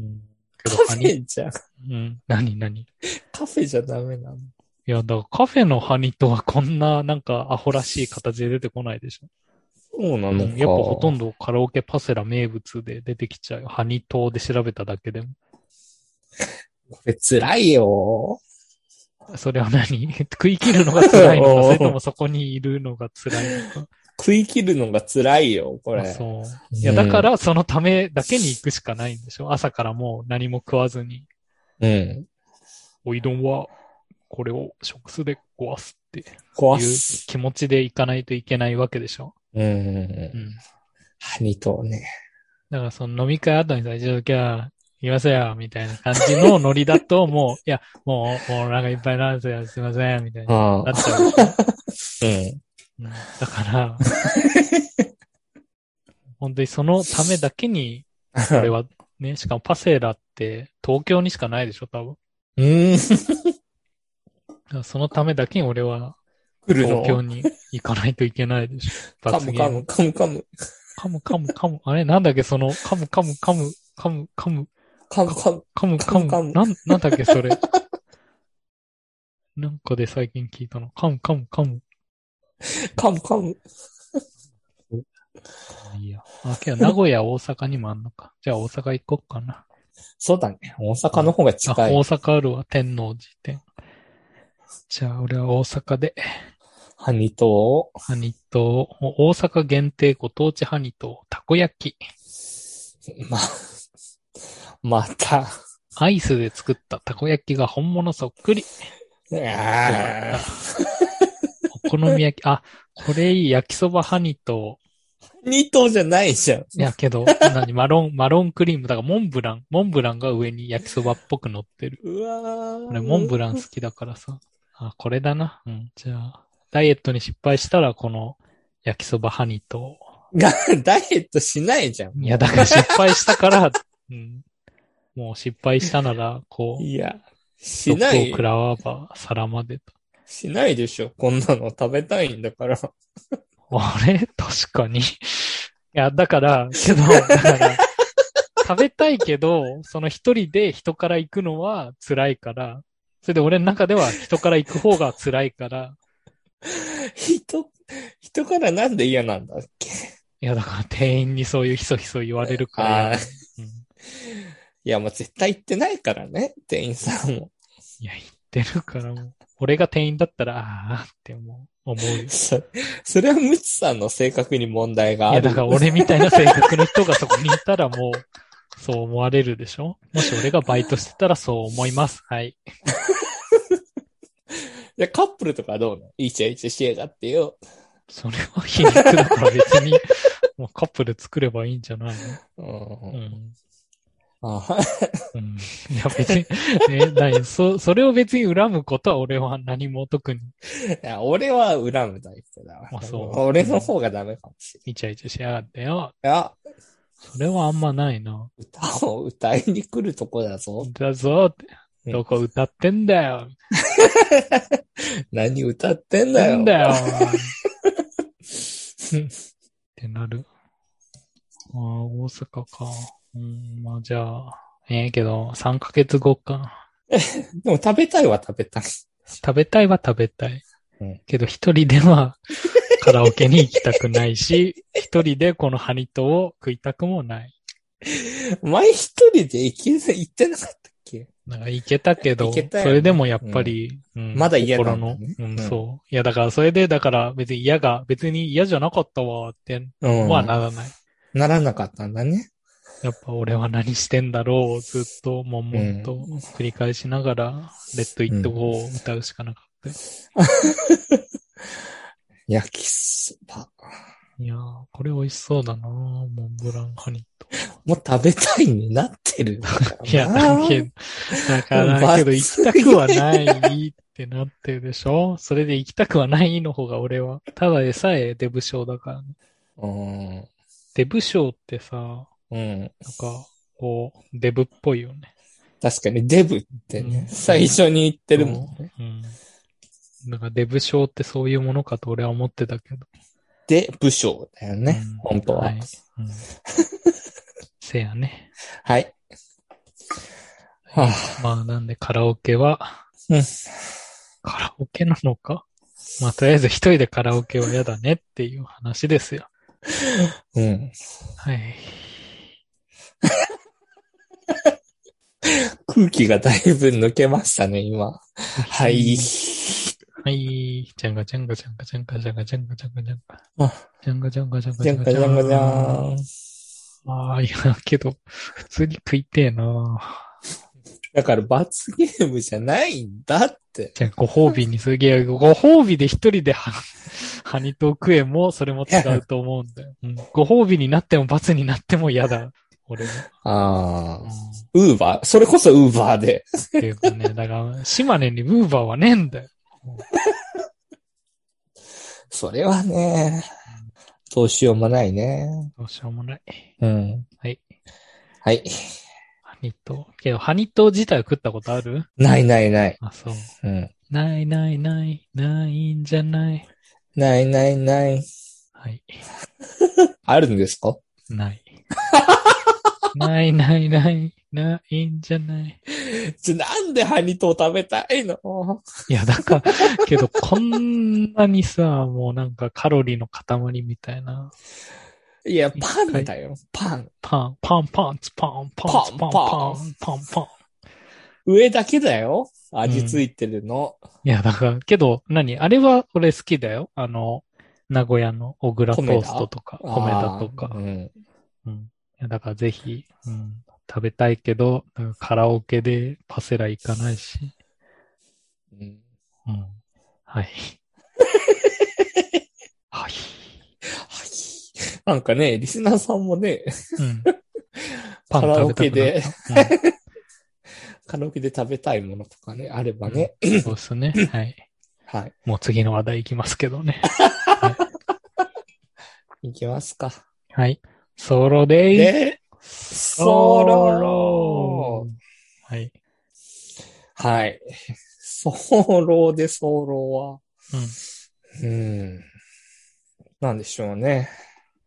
うん。けど
カ
ハ
フ
ニ、
ェじゃ、
うん。何何い
カフェじゃダメなの。
や、だからカフェのハニトーはこんな、なんかアホらしい形で出てこないでしょ。
そうな
う
のか。
んやっぱほとんどカラオケパセラ名物で出てきちゃうよ。ハニトーで調べただけでも。
これ辛いよ。
それは何 *laughs* 食い切るのが辛いのか、
おー
それともそこにいるのが辛いのか。
食い切るのが辛いよ、こ
あ
れ。
そう。いや、だからそのためだけに行くしかないんでしょ朝からもう何も食わずに。
うん。
おいどんは、これを食すで壊すっていう
壊す。
気持ちでいかないといけないわけでしょ。
うんうんう。
うんん。
ハニトね。
だからその飲み会後にさ、一度きゃ、言わせや、みたいな感じのノリだと、もう、いや、もう、もうお腹いっぱいなんですよ、すいません、みたいな。
あ
な
あ。
っちゃうでしょ。
うん。
うんだから、本当にそのためだけに、これはね、しかもパセラって東京にしかないでしょ、多分。
うん。
だからそのためだけに俺は
来るの
東。京に行かないといけないでしょ。
カムカム、カムカム。
カムカムカム。あれなんだっけその、カムカムカム、カムカム、
カムカム。
カムカ
カムカ
ム。
ム
なん、なんだっけそれ。 *laughs* なんかで最近聞いたの。カムカムカム。
カムカム。
いいや。あ、けど名古屋、大阪にもあんのか。じゃあ大阪行こうかな。
そうだね。大阪の方が
あ、
近
大
い。
阪あるわ。天王寺店。じゃあ俺は大阪で、
ハニトを。
ハニトを、大阪限定ご当地ハニトを、たこ焼き。
ま、また。
アイスで作ったたこ焼きが本物そっくり。
いやー
お好み焼き、あ、これいい焼きそばハニト。
ニトじゃないじゃん。
いやけど、何マ
*laughs*
ロン、マロンクリーム。だからモンブラン、モンブランが上に焼きそばっぽく乗ってる。
うわ
俺モンブラン好きだからさ。あ、これだな。うん。じゃあ、ダイエットに失敗したらこの焼きそばハニトを。
が、 *laughs* ダイエットしないじゃん。
いや、だ
*laughs*
から失敗したから、うん。もう失敗したなら、こう、
いや、し
毒
な
を
い
食、らわば皿までと。
しないでしょ。こんなの食べたいんだから。 *laughs*
あれ *laughs* 確かに。いや、だから、けど、だから、食べたいけど、その一人で人から行くのは辛いから、それで俺の中では人から行く方が辛いから、
人、人からなんで嫌なんだっけ
いや、だから店員にそういうひそひそ言われるから
ああ、
嫌
*laughs*
うん
いや、もう絶対行ってないからね、店員さんも。 *laughs*
いや、言ってるからもう、俺が店員だったら、ああってもう思うよ。
そそれはムツさんの性格に問題が
い
あ
や、
る
だ。から俺みたいな性格の人がそこにいたらもう、そう思われるでしょもし俺がバイトしてたらそう思います。はい。
でカップルとかどうなのイチャイチャしやがってよ。
それは皮肉だから別に、 *laughs* もうカップル作ればいいんじゃない
うん。 *laughs*
のうん。
あ
うん。いや、別に、え、ない。そ、それを別に恨むことは俺は何も特に
いや俺は恨むタイプだわ。
あそう
俺の方がダメかもし
イチャイチャしやがってよ。
れない。いや、
それはあんまないな。
歌を歌いに来るとこだぞ。
だぞって。どこ歌ってんだよ。
何歌ってんだ
な
よ。
んだよ。 *laughs* ってなる。ああ、大阪か。うん、まあじゃあ、ええけど、3ヶ月後か。
でも食べたいは食べたい。 *laughs*
食べたいは食べたい。
うん
けど一人で
*laughs*
はカラオケに行きたくないし、一人でこのハニトを食いたくもない。
前一人で行けず、行ってなかったっけ
なんか行けたけど、
行けたよね
それでもやっぱり、うん
まだ嫌な
心
んだ
の
ね、
うん、
うん
そう。いやだからそれで、だから別に嫌が、別に嫌じゃなかったわって、
うん
はならない。
ならなかったんだね。
やっぱ俺は何してんだろう、ずっと、もんもんと
うん
繰り返しながら、レッド・イット・ゴーを歌うしかなかったよ。
焼きそば。
いやー、これ美味しそうだなーモンブランハニーと。
もう食べたいになってる。
*laughs* いや、だけど、だから、
バ
け
ツ
ど行きたくはないってなってるでしょそれで行きたくはないの方が俺は。ただでさえデブ症だからね。
うん。
デブ症ってさ、なん
うん。
か、こう、デブっぽいよね。
確かにデブってね、
うん
最初に言ってるもんね。
うん。なんかデブ症ってそういうものかと俺は思ってたけど。
で、武将だよね
うん。
本当は。
い
*laughs*
うん、せやね。
はい。はあ、
まあ、なんでカラオケは、
うん
カラオケなのかまあ、とりあえず一人でカラオケは嫌だねっていう話ですよ。
うん。
はい。
空気がだいぶ抜けましたね、今。はい。
はい。ジャンガジャンガジャンガジャンガジャンガジャンガジャンガジャンガ。
あ
ジャンガジャンガジャンガ
じゃんかじゃんかじゃーん。
ああ、いや、けど、普通に食いてえな
だから罰ゲームじゃないんだって。
じゃあご褒美にすげえ、ご褒美で一人でハハニトークエもそれも違うと思うんだよ。うんご褒美になっても罰になっても嫌だ。俺も。
ああ。ウーバーそれこそウーバーで。
っていうかね、だから、島根にウーバーはねえんだよ。
それはね、どうしようもないね。
どうしようもない。
うん。
はい。
はい。
ハニトー。けど、ハニトー自体は食ったことある
ないないない。
あ、そう。
うん。
ないないない、ないんじゃない。
ないないない。
はい。
あるんですか
*laughs* ない。ないないない、ないんじゃない。
じゃ、なんでハニトー食べたいの
いや、だから、けど、こんなにさ、もうなんかカロリーの塊みたいな。
いや、パンだよ。パン。
パン、パン、パンツ、パン、パンツ、パン、パン、パン、パン。
上だけだよ。味ついてるの。
いや、だから、けど、何あれは俺好きだよ。あの、名古屋の小倉トーストとか、
あー
米田とか
う。ん。
うん。いや、だからぜひ、うん、食べたいけど、だからカラオケでパセラ行かないし。
うん
うん。
*laughs*
はい。はい。
はい。なんかね、リスナーさんもね、
うん。
カラオケで、
食べたくなった。
カラオケで食べたいものとかね、あればね。
うんそうですね。はい。
はい。
もう次の話題行きますけど
*laughs*
ね。
いきますか。
はい。ソロデイ。
で、
ソ
ロ
はい。
はい。ソロでソロは、
うん。
うん。なんでしょうね。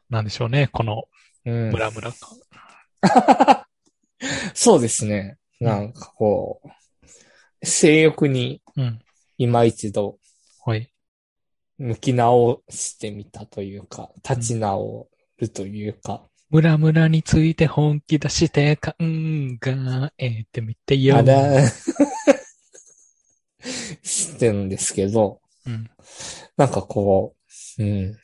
なんでしょうね。この
うん
ム。ラムラ感。
そうですね。なんかこう、性欲に
うん。
今一度
はい。
向き直してみたというか、立ち直るというか。
ムラムラについて本気出して考えてみてよ。
あら、 *laughs* してるんですけど、
うん。
なんかこう、うん。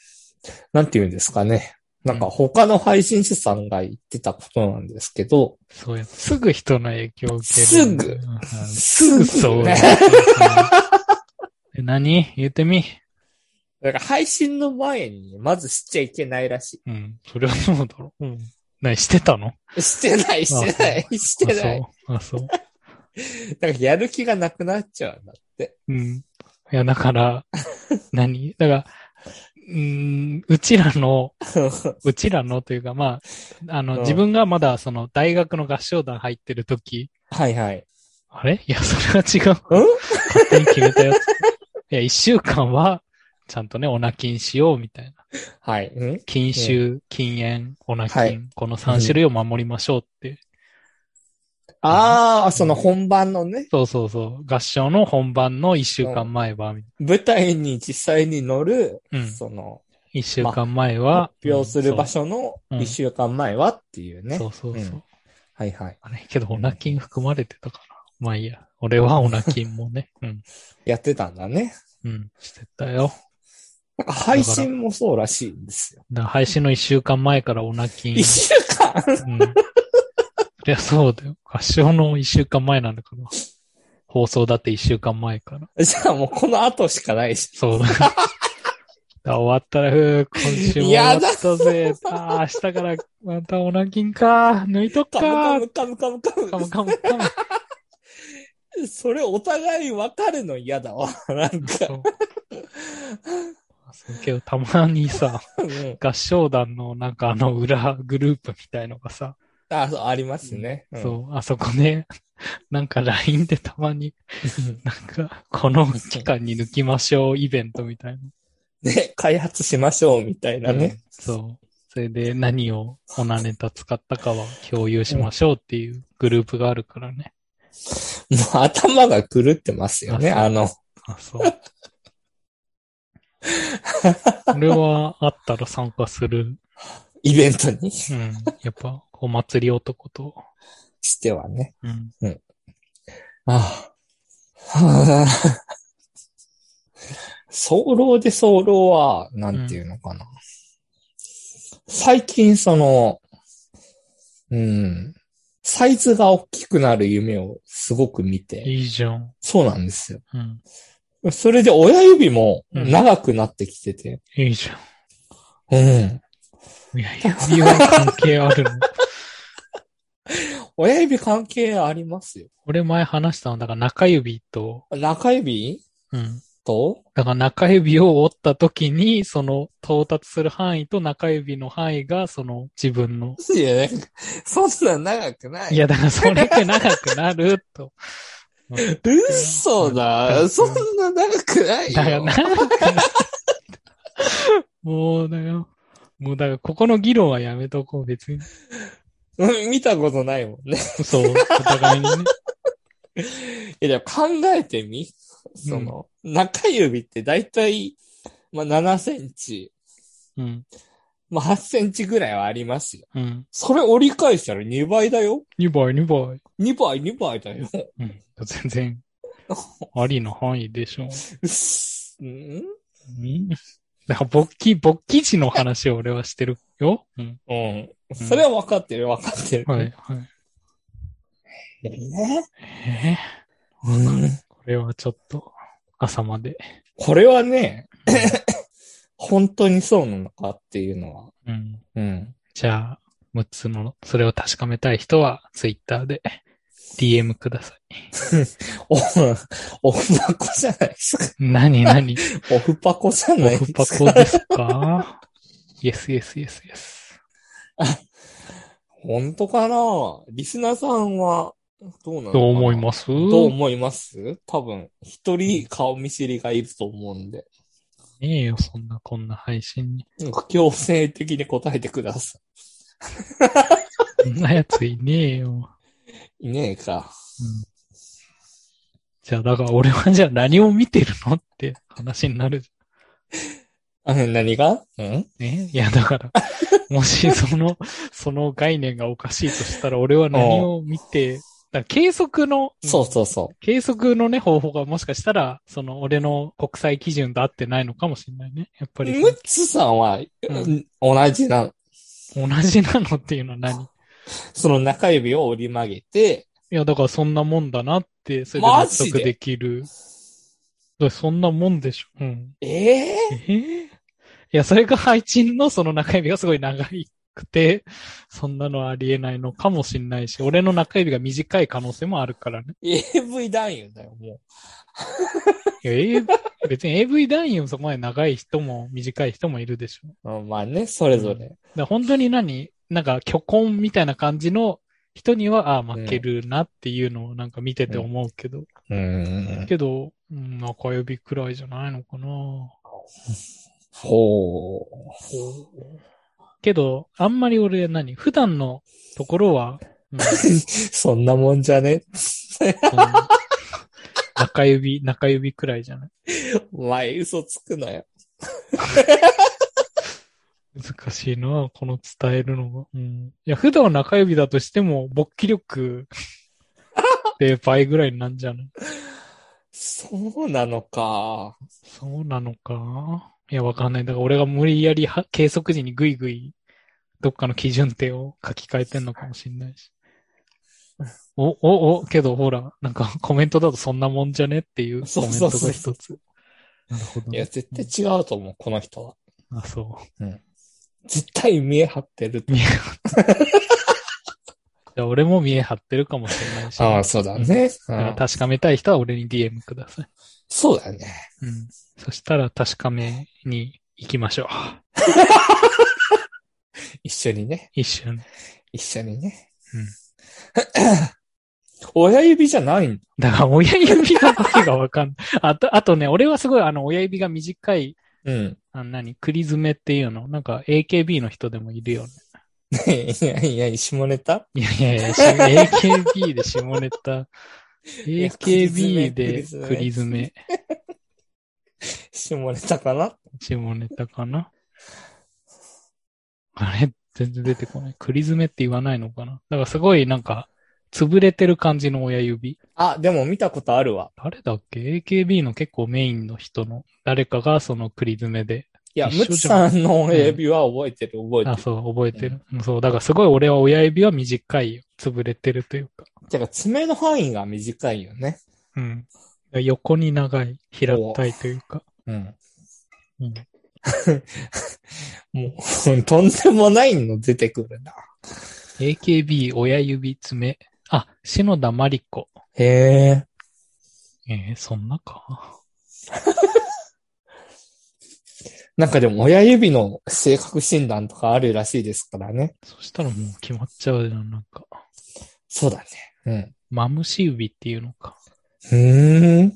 なんて言うんですかね。なんか他の配信者さんが言ってたことなんですけど、
そうや。すぐ人の影響を受ける。うんす
*laughs*
ぐそう。
ね
え何言ってみ。
だから配信の前にまずしちゃいけないらし
うん。それはそうだろう。うん。何してたの
い。してない、してない、してない。
あ、そう。あ、そう。
なんかやる気がなくなっちゃうんだって。
うん。いや、だから、何だから、うーん、うちら
*laughs*
の、うちらのというか、まあ、あ
うん
の、自分がまだその大学の合唱団入ってる時、
はいはい。
あれいや、それは違う。勝手に決めたやつ。いや、一週間は、ちゃんとね、オナ禁しようみたいな。
はい。ん
禁酒、禁煙、オナ禁、
はい
この3種類を守りましょうって。
ああ、その本番のね、
そうそうそう。合唱の本番の一週間前は、みたい
舞台に実際に乗る、
なうん。
その、
一週間前は
発。表する場
所。
所の
うん
一週間前はっていうね。
そうそうそう。
うんはいはい。
あれ、けど、オナ禁含まれてたから。まあいいや。俺はオナ禁も
*laughs*
ね。うん。
やってたんだね。
うん。してたよ。
なんか配信もそうらしいんですよ。
だから配信の一週間前からオナ禁。
一週間
うん。いや、そうだよ。合唱の一週間前なんだから。放送だって一週間前から。
じゃあもうこの後しかないし。
そうだ。だから終わったら、ふう今週も終わったぜ。ああ、明日からまたオナキンか。抜いとっ
カムカ
か。
ムカムカムカム
かもかもかも。
それお互い分かるの嫌だわ。 *laughs* なん
そ
か。
う。そうけど、たまにさ、
うん
合唱団のなんかあの裏グループみたいのがさ、
あ、そう、ありますね。うん
そう、あそこね、なんか LINE でたまに、なんか、この期間に抜きましょうイベントみたいな。
ね、開発しましょうみたいなね。
そう。それで何をオナネタ使ったかは共有しましょうっていうグループがあるからね。
もう頭が狂ってますよね。
あそう
あの、
あ、 *laughs* そう。これはあったら参加する。
イベントに
うん。やっぱ、お祭り男と。
してはね。
うん。
ああ。はあ。早漏で早漏は、なんていうのかな。最近その、うん。サイズが大きくなる夢をすごく見て、
いいじゃん。
そうなんですよ。
うん。
それで親指も
うん
長くなってきてて、
いいじゃ
うん。
ん。いやいや、指輪関係ある *laughs* の。
親指関係ありますよ。
俺前話したの、だから中指と、
中指
うん。
と、
だから中指を折った時に、その到達する範囲と中指の範囲が、その自分の。
いや、なんかそんな長くない
いや、だからそれって長くなる *laughs* と。
嘘だ。そんな長くないよ。
だから長くなる。もうだよ。もうだからここの議論はやめとこう、別に。
うん見たことないもんね。 *laughs*
そう、お互い *laughs* にね。
いや、でも考えてみ。その、中指ってだいたい、まあ、7センチ、
うん、
まあ、8センチぐらいはありますよ。
うん。
それ折り返したら2倍だよ。
2倍、2倍。
2倍、2倍だよ。 *laughs*
うん。全然、ありの範囲でしょう。
うっすうん
うん。だから勃起、勃起時の話を俺はしてるよ。うん。
うん。それは分かってる、分かってる。
はい、はい。
ね。
えー
うん
これはちょっと、朝まで。
これはね、 *coughs* 本当にそうなのかっていうのは。
うん。
うん。
じゃあ、6つの、それを確かめたい人は、ツイッターで DM ください。
お、 *laughs* オフパコじゃないですか。
何何
オフパコじゃ
オ
ない
フ
で
パ
すか。
コですか *laughs* ?Yes, yes, yes, yes.
本当かなリスナーさんは、どうなの
どう思い
す
ます
どう思います多分、一人顔見知りがいると思うんで。
ねえよ、そんなこんな配信に。
なんか強制的に答えてくださ
そんなやついねえよ。
い。いねえか。
じゃあ、だから俺はじゃあ何を見てるのって話になるじ
あ何がうん
ゃん。ねいや、だから、もしその、その概念がおかしいとしたら、俺は何を見て、だから計測の、
そうそうそ
計測のね、方法がもしかしたら、その、俺の国際基準と合ってないのかもしれないね。やっぱ
う。
り、
ムッツさんは、
ん
同じな、
同じなのっていうのは *laughs* 何い
その中指を折り曲げて、
や、だからそんなもんだなって、それで納得できる。だからそんなもんでしょ。うん。
ええ
えーいや、それが配信のその中指がすごい長くて、そんなのありえないのかもしれないし、俺の中指が短い可能性もあるからね。
AV 男優だよ、も
いや、AV 別に AV 男優もそこまで長い人も短い人もいるでしょ。
う。うんまあね、それぞ
だ
れ。
から本当に何なんか虚婚みたいな感じの人には、ああ、負けるなっていうのをなんか見てて思うけど。
うん。
けど、うん、中指くらいじゃないのかな。
ほう。
けど、あんまり俺何普段のところは、うん、
そんなもんじゃね
その中指、中指くらいじゃない
お前、嘘つくなよ。
難しいな、この伝えるのが。うん。いや、普段は中指だとしても、勃起力で倍ぐらいになんじゃない
そうなのか。
そうなのかいや、わかんない。だから俺が無理やりは計測時にぐいぐい、どっかの基準点を書き換えてんのかもしんないし。お、お、お、けどほら、なんかコメントだとそんなもんじゃねっていうコ
そう
メン
そ
ト
うそ
が
う
一つ。なるほど
い
ね、
や、絶対違うと思う、この人は。
あ、そう。
絶対見え張ってると
見え張ってる。俺も見え張ってるかもしれないし。
ああ、そうだね。う
だから
ん
確かめたい人は俺に DM ください。
そうだね。
うん。そしたら確かめに行きましょう。
一緒にね。
一瞬。
一緒にね。
うん
*coughs* 親指じゃないんだ。
だから親指の時がわかんない。 *laughs* あと、あとね、俺はすごいあの親指が短い、
うん。
あの何、栗爪っていうの。なんか AKB の人でもいるよね。
いやいや、下ネタ
いやいやいやし、AKB で下ネタ。
や栗爪
AKB で栗
栗
爪。
下ネタかな
下ネタかなあれ全然出てこない。クリズメって言わないのかなだからすごいなんか、潰れてる感じの親指。
あ、でも見たことあるわ。
誰だっけ ?AKB の結構メインの人の誰かがそのクリズメで
いや、
一緒じゃ
ム
ん
ツさんの親指は覚えてる、覚え
あ、
てる。
そう、覚えてる。うんそう、だからすごい俺は親指は短いよ。潰れてるというか。
てか、爪の範囲が短いよね。
うん。横に長い、平たいというか。
うん。
うん、
*laughs* もう、 *laughs* とんでもないの出てくるな。
AKB 親指爪。あ、篠田真理子。
へえ。
えー、そんなか。
なんかでも親指の性格診断とかあるらしいですからね。
そしたらもう決まっちゃうじゃん、なんか。
そうだね。
マムシ指っていうのか。
うん。うーん。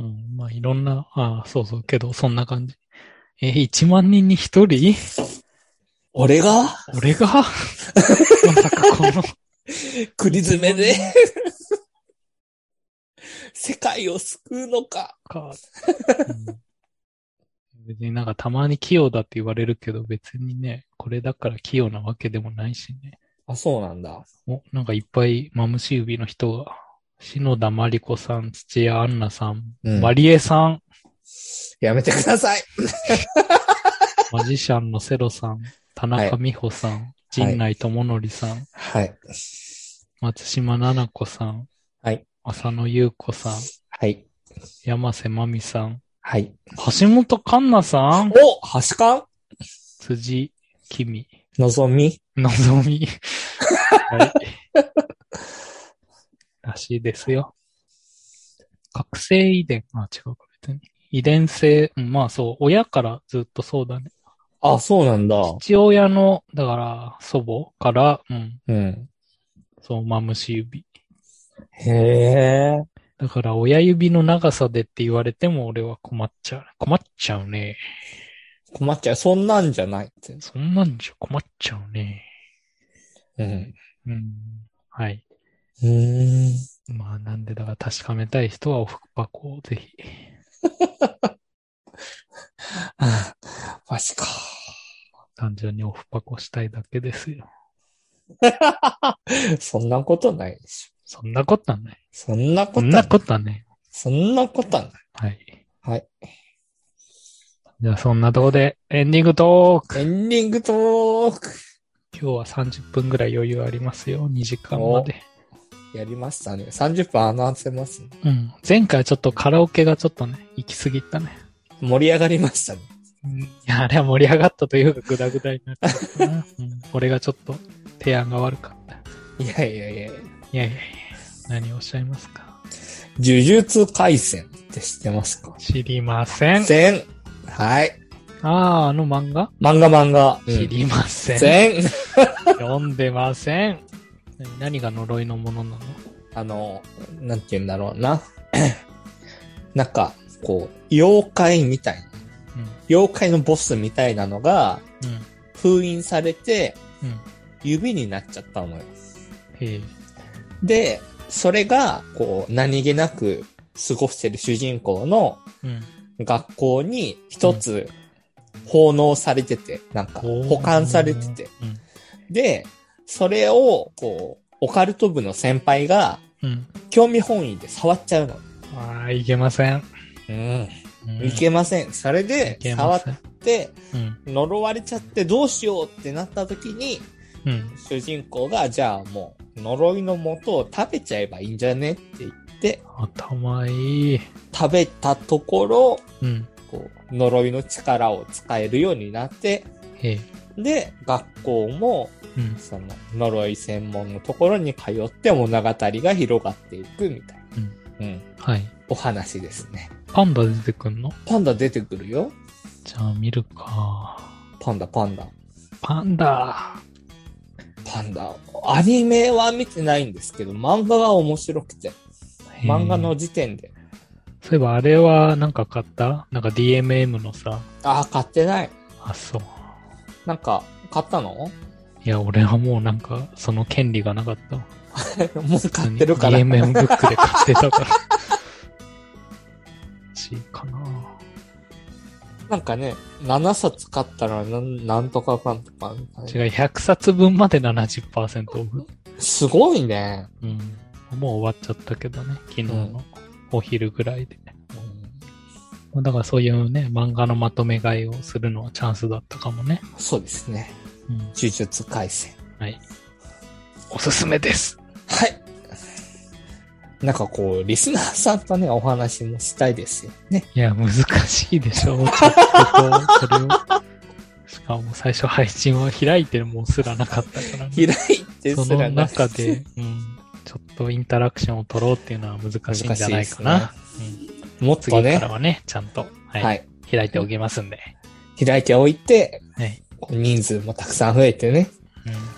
うん、まあいろんな、あそうそう、けどそんな感じ。えー、1万人に1人
俺が *laughs*
俺が *laughs* まさかこの、
栗爪で世界を救うのか。
か。うん別になんかたまに器用だって言われるけど、別にね、これだから器用なわけでもないしね。
あ、そうなんだ。
お、なんかいっぱいマムシ指の人が、篠田真理子さん、土屋アンナさん、
うん
マリエさん、
やめてください。
マジシャンのセロさん、田中美穂さん、陣内智則さん、
はい。
松島奈々子さん、
はい。
浅野ゆう子さん、
はい。
山瀬まみさん、
はい。
橋本環奈さん、
お端か
辻君、
のぞみ
のぞみ。はい。らしいですよ。覚醒遺伝。あ、違うか、別に。遺伝性。うんまあそう、親からずっとそうだね。
あ、そうなんだ。
父親の、だから、祖母から、うん、
うん。
そう、マムシ指。
へえ。
だから、親指の長さでって言われても俺は困っちゃう。困っちゃうね。
困っちゃう。そんなんじゃないって。
そんなんじゃ困っちゃうね。
うん。
うん。はい。
うーん。
まあ、なんで、だから確かめたい人はおふくぱこをぜひ。
あマジか。
単純にオフパコしたいだけですよ。
そんなことないでしょ。
そんなことはない。
そんなこ
そ
と
ん
は
な
ない。
ことはね。
そんなことはない。
はい。
はい。
じゃあそんなとこでエンディングトーク。
エンディングトーク。
今日は30分ぐらい余裕ありますよ。2時間まで。
やりましたね。30分穴せますね。
うん。前回ちょっとカラオケがちょっとね、行き過ぎたね。
盛り上がりましたね。
うん。いや、あれは盛り上がったというか、ぐだぐだになっちゃった *laughs* な。うん。俺がちょっと提案が悪かった。い
いやいやいや
やいやいや。何をおっしゃいますか
呪術回戦って知ってますか
知りません。
全。はい。
ああ、あの漫画、
漫画漫画。
知りません。
全。
読んでません。何が呪いのものなの
あの、なんて言うんだろうな。 *clears throat* なんか、こう、妖怪みたいな。妖怪のボスみたいなのが、
うん。うん。
封印されて、
うん。
指になっちゃったのよ。
へえ。
で、それが、こう、何気なく過ごしてる主人公の
うん。
学校に一つ奉納されてて、なんか保管されてて。で、それを、こう、オカルト部の先輩が
うん。うん。
興味本位で触っちゃうの。
ああ、いけません。
うん。
うん
いけません。それで
い、け
触
ま
っ
せん。
て、
うん。
呪われちゃってどうしようってなった時に、
うん。
主人公が、じゃあもう、呪いの元を食べちゃえばいいんじゃねって言って、
頭いい。
食べたところ、
うん。
こう、呪いの力を使えるようになって、
へえ。
で、学校も、
うん。
その、呪い専門のところに通って物語が広がっていくみたいな。うん。
はい。
お話ですね。
パンダ出てくんの
パンダ出てくるよ。
じゃあ見るか。
パンダ、パンダ。
パンダ。
パンダ。アニメは見てないんですけど、漫画が面白くて。
へえ
漫画の。時点で。
そういえばあれはなんか買ったなんか DMM のさ。
ああ、買ってない。
あ、そう。
なんか、買ったの
いや、俺はもうなんか、その権利がなかったわ。
もう買ってるから。
DMM ブックで買ってたから。欲しいかな
なんかね、7冊買ったらなん、なんとかかんとかみたいな。
違う、100冊分まで70%オフ。
すごいね。
うん。もう終わっちゃったけどね、昨日のお昼ぐらいで。
うん
まあだからそういうね、漫画のまとめ買いをするのはチャンスだったかもね。
そうですね。
うん。
呪術廻戦。
はい。おすすめです。
はい。なんかこう、リスナーさんとね、お話もしたいですよね。
いや、難しいでしょう。ちょっとこう、それを。しかも最初配信は開いてもうすらなかったから、ね。
開いて
そ
すら
の
な
中で、うん、ちょっとインタラクションを取ろうっていうのは難しいんじゃないかな。
もっ
うん、次
と
か
ね
ら、はね、ちゃんと、はい
はい。
開いておきますんで。
開いておいて、
はい
人数もたくさん増えてね。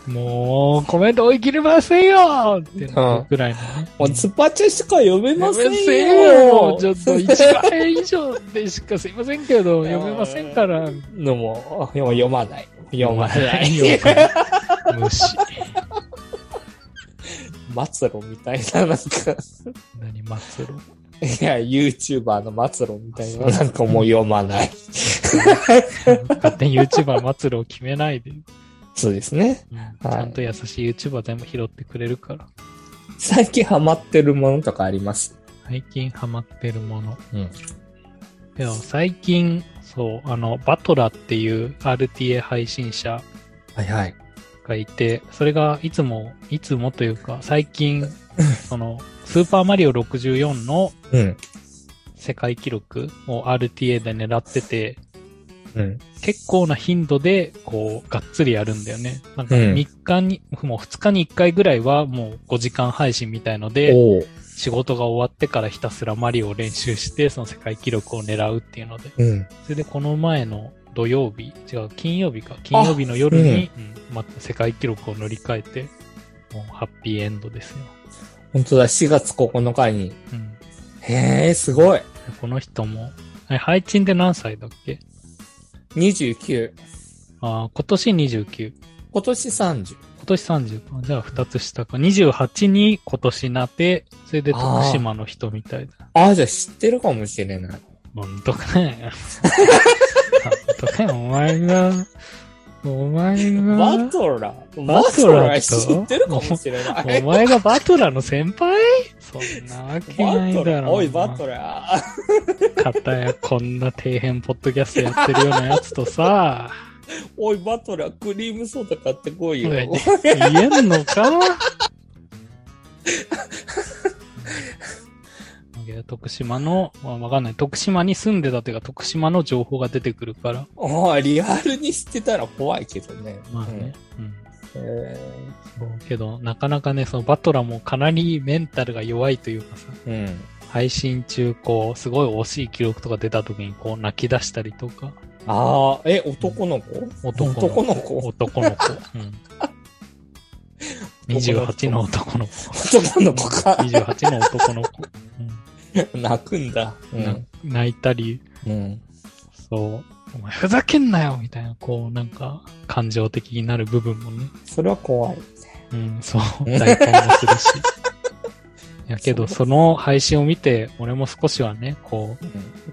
うん、もう、コメント追い切れませんよってなるぐらいのね。
もう、
うん
ツッパチャしか読めませんよ。
ちょっと1万円以上でしかす *laughs* いませんけど、読めませんから。
のも、いや読まない。読まない。
読ま *laughs* ない無視。
末路みたいな、なんか、
何、末路。
*laughs* いや、YouTuber の末路みたいな、
あそう
なんかもう読ま *laughs* ない。
勝手に YouTuber 末路を決めないで。うん
そうですね。
ちゃんと優しい YouTuber 全部拾ってくれるから。
最近ハマってるものとかあります。
最近ハマってるもの。
うん。
でも最近、そう、あの、バトラっていう RTA 配信者
はいはい。
がいて、それがいつも、いつもというか、最
*laughs*
近、その、スーパーマリオ64の
うん。
世界記録を RTA で狙ってて、
うん。
結構な頻度で、こう、がっつりやるんだよね。なんか
うん
3日に、もう2日に1回ぐらいはもう5時間配信みたいので、
おう
仕事が終わってからひたすらマリオを練習して、その世界記録を狙うっていうので。
うん。
それでこの前の土曜日、違う、金曜日か、金曜日の夜に、うんまた世界記録を塗り替えて、もうハッピーエンドですよ。
本当だ、4月9日に。
うん、で
へえ、すごい。
この人も、え配信で何歳だっけ
29。
あー今年29。
今年30。
今年30か。じゃあ2つ下か。28に今年なって、それで徳島の人みたいだ。
ああ、じゃあ知ってるかもしれない。
ほんとか *laughs* ね。ほんとかね、お前が、お前が。
バトラー。バ
ト
ト
ラ
ラ
ー
ー
と
知ってるかもしれない。
お前がバトラーの先輩そんなわけ
バ
ない
ト
だ
ラー。
ろう。
おい、バトラー。
かたやこんな底辺ポッドキャストやってるようなやつとさ、
*laughs* おい、バトラー、クリームソーダ買ってこいよ。
言えんのか徳島の、まあ、わかんない。徳島に住んでたというか、徳島の情報が出てくるから。
ああ、リアルに知ってたら怖いけどね。
まあね。うん。
うん。え
そうけど、なかなかね、そのバトラもかなりメンタルが弱いというかさ、
ーうん。
配信中、こう、すごい惜しい記録とか出た時に、こう、泣き出したりとか、
ああ、え、男の子
男の子
男の子
男の子。う
*laughs*
ん。28の男の子。
男の子か。 *laughs*
28の男の子。
泣くんだ。
うんな。泣いたり、
うん。
そう、お前ふざけんなよみたいな、こう、なんか、感情的になる部分もね。
それは怖い。
うん、そう、大根もす
*laughs*
るし。やけど、その配信を見て、俺も少しはね、こう、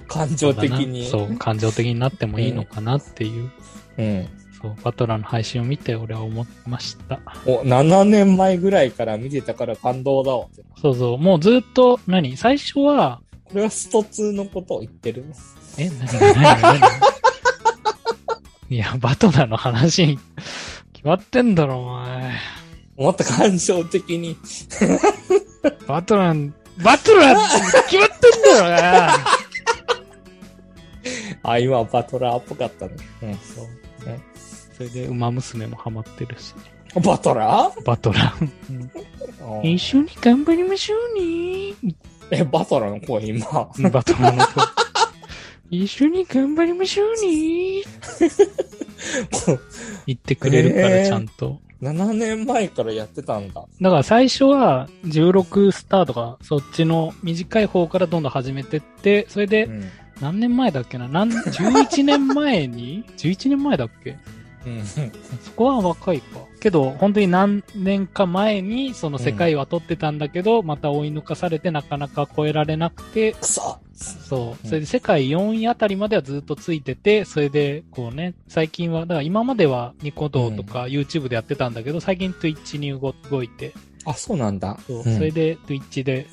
感情的に。
そう、感情的になってもいいのかなっていう、
うん。
そう、バトラーの配信を見て、俺は思いました。
お、7年前ぐらいから見てたから感動だわ。
そうそう、もうずっと、何最初は、
これはスト2のことを言ってる。
え、何何何いや、バトナーの話に *laughs* 決まってんだろ、お前。
もっと感情的に。
バトナー、バトナーって決まってんだろな。
あ、今バトラーっぽかったね。
そう
ね。
それで、ウマ娘もハマってるし、
うん。バトラ
バトラー。
ー
一緒に頑張りましょうね。
え、バトラーの声今。 *laughs*
バトナーの子。 *laughs* 一緒に頑張りましょうね。言ってくれるから、
えー
ちゃんと。
7年前からやってたんだ。
だから最初は16スターとか、そっちの短い方からどんどん始めてって、それで、
うん。
何年前だっけななん11年前に ?11 年前だっけ
うん。
そこは若いか。けど、本当に何年か前に、その世界は取ってたんだけど、また追い抜かされて、なかなか超えられなくて、
くそ
そう。それで世界4位あたりまではずっとついてて、それで、こうね、最近は、だから今まではニコ動とか YouTube でやってたんだけど、最近 Twitch に動動いて、
あ、そうなんだ。
そう、
うん
それで Twitch で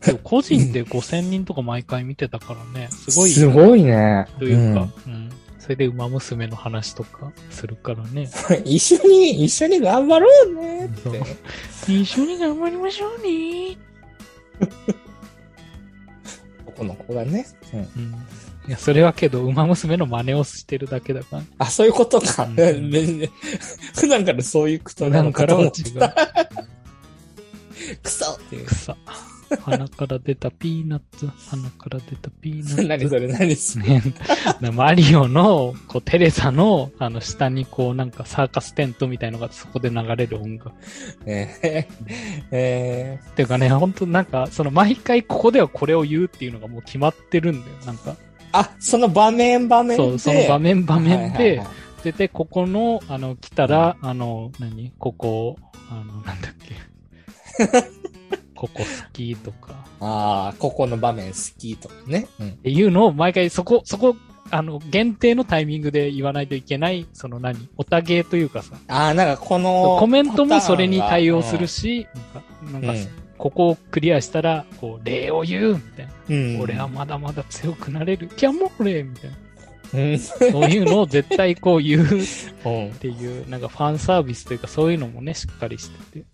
でも個人で5000人とか毎回見てたからね、すごい
すごいね。
というか、うん。それで馬娘の話とかするからね。
うん *laughs* 一緒に、一緒に頑張ろうねって。
そう一緒に頑張りましょうね。
ここの子がね。うん
うん。いや、それはけど、馬娘の真似をしてるだけだから。
あ、そういうことか。
う
*laughs*
ん
別に普段からそういうことな
鼻
の
か
からと
は違
思っ
う
て。クソっていう。
草。鼻から出たピーナッツ。鼻から出たピーナッツ。
何それ何それ
ね、 *laughs* マリオのこうテレサのあの下にこうなんかサーカステントみたいのがそこで流れる音楽。
えー、え
っていうかね、本当なんかその毎回ここではこれを言うっていうのがもう決まってるんだよ。なん
*laughs*
か、
ーあ、その場面場面で。
そう、その場面場面
はいはい
で
はい、
で、で、ここの、あの、来たら、あの、何ここ、あの、なんだっ
*laughs*
け。ここ好きとか。
ああ、ここの場面好きとかね。うん
っ。ていうのを毎回そこ、そこ、あの、限定のタイミングで言わないといけない、その何おたげというかさ、
ああ、なんかこの。
コメントもそれに対応するし、なん
パ
か、
タ
な
ーン
ん
が。
か、ここをクリアしたら、こう、礼を言うみたいな。
うん。うん
俺は。まだまだ強くなれる。キャモーレみ
*laughs*
たいな。
うん。
そういうのを絶対こう言うっ
うん。
ていう、
*laughs*
なんかファンサービスというかそういうのもね、しっかりしてて。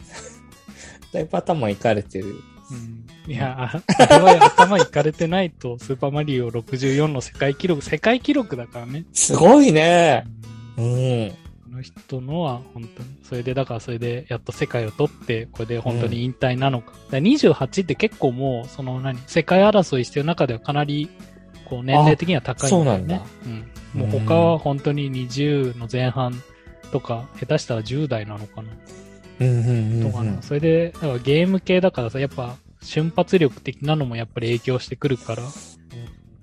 だいぶ頭いかれてる。
うん、いや、あれは頭いかれてないと、スーパーマリオ64の世界記録、世界記録だからね。
すごいね。
うん
うん。
あの人のは本当に、それでだからそれでやっと世界を取って、これで本当に引退なのか。だから28って結構もう、その何、世界争いしてる中ではかなり、こう年齢的には高いんだよね
あ。
うん。もう他は本当に20の前半とか、下手したら10代なのかな。
うんうんうん
とかな。それで、だからゲーム系だからさ、やっぱ瞬発力的なのもやっぱり影響してくるから、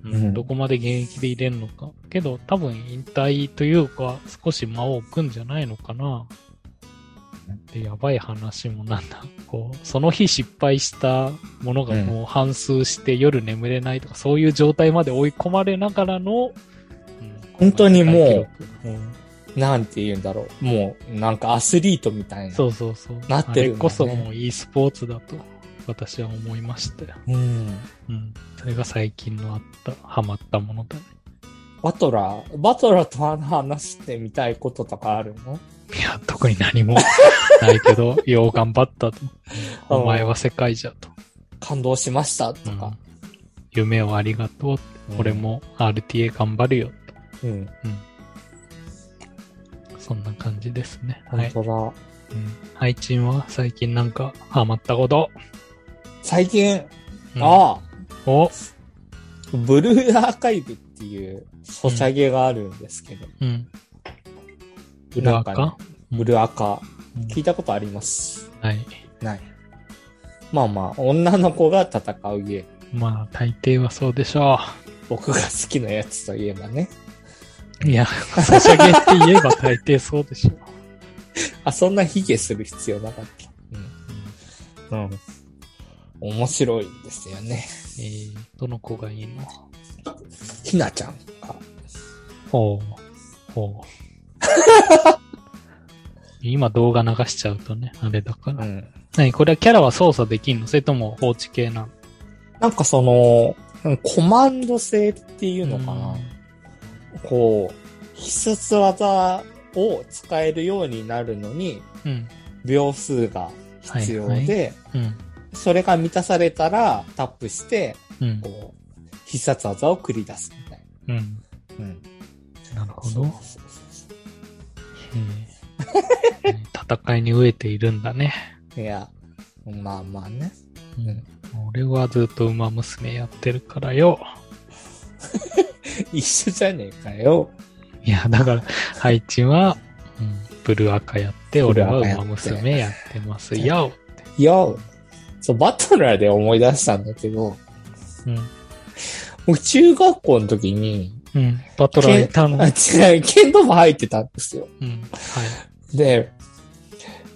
うん
どこまで現役でいれるのか。けど、多分引退というか、少し間を置くんじゃないのかな。で、やばい話もなんだ。こう、その日失敗したものがもう半数して夜眠れないとか、そういう状態まで追い込まれながらの、うん
本当にもう
世界記録
うんなんて言うんだろう。もう、なんかアスリートみたいな。
そうそうそう。
なってるんだね
あれこそもう e スポーツだと、私は思いましたよ。
うん。
うん。それが最近のあった、ハマったものだね。
バトラー、バトラーと話してみたいこととかあるの
いや、特に何
*laughs*
もないけど、よう頑張ったと。
うん
お前は世界じゃと。
感動しましたと
うん
か。
夢をありがとう。俺。も RTA 頑張るよ。
うん。
そんな感じですね。は
本
い。
当だ。
うん。配信は最近なんかハマったこと。
最近、
うん
あ
お
あ、ブルーアーカイブっていう、ソシャゲがあるんですけど。
うん。
な
裏
ん
か
か
か、
ねブルーアカ。
うん
聞いたことあります。
はい。
ない。まあまあ、女の子が戦うゲーム。
まあ、大抵はそうでしょ
僕が好きなやつといえばね。
う。いや、ソシャゲって言えば大抵そうでしょう。
あ、そんな卑下する必要なかった。うん。うん。面白いですよね。
えー、どの子がいいの
ひなちゃんが。
ほう。ほう。 *laughs* 今動画流しちゃうとね、あれだから。
うん。
何これはキャラは操作できんのそれとも放置系なの
なんかその、うんコマンド制っていうのかな。こう、必殺技を使えるようになるのに、
うん。
秒数が必要で、
はいうん。
それが満たされたらタップして、
うん。
こう、必殺技を繰り出すみたい
うん。
な。うん。
なるほ
そ
ど。
う
へえ *laughs* ね戦いに飢えているんだね。
いや、まあまあね。 *laughs* うん
俺はずっと馬娘やってるからよ。
一緒じゃねえかよ。
いや、だから、ハイチは、うん、ブルアカやって、
ブ
俺
ルア
は
カやって
馬娘やってますよ。
よ、そう、バトラーで思い出したんだけど、
うん。
僕中学校の時に、
うん。バトラーいたの
あ、。違う、剣道部入ってたんですよ。
うん。はい。
で、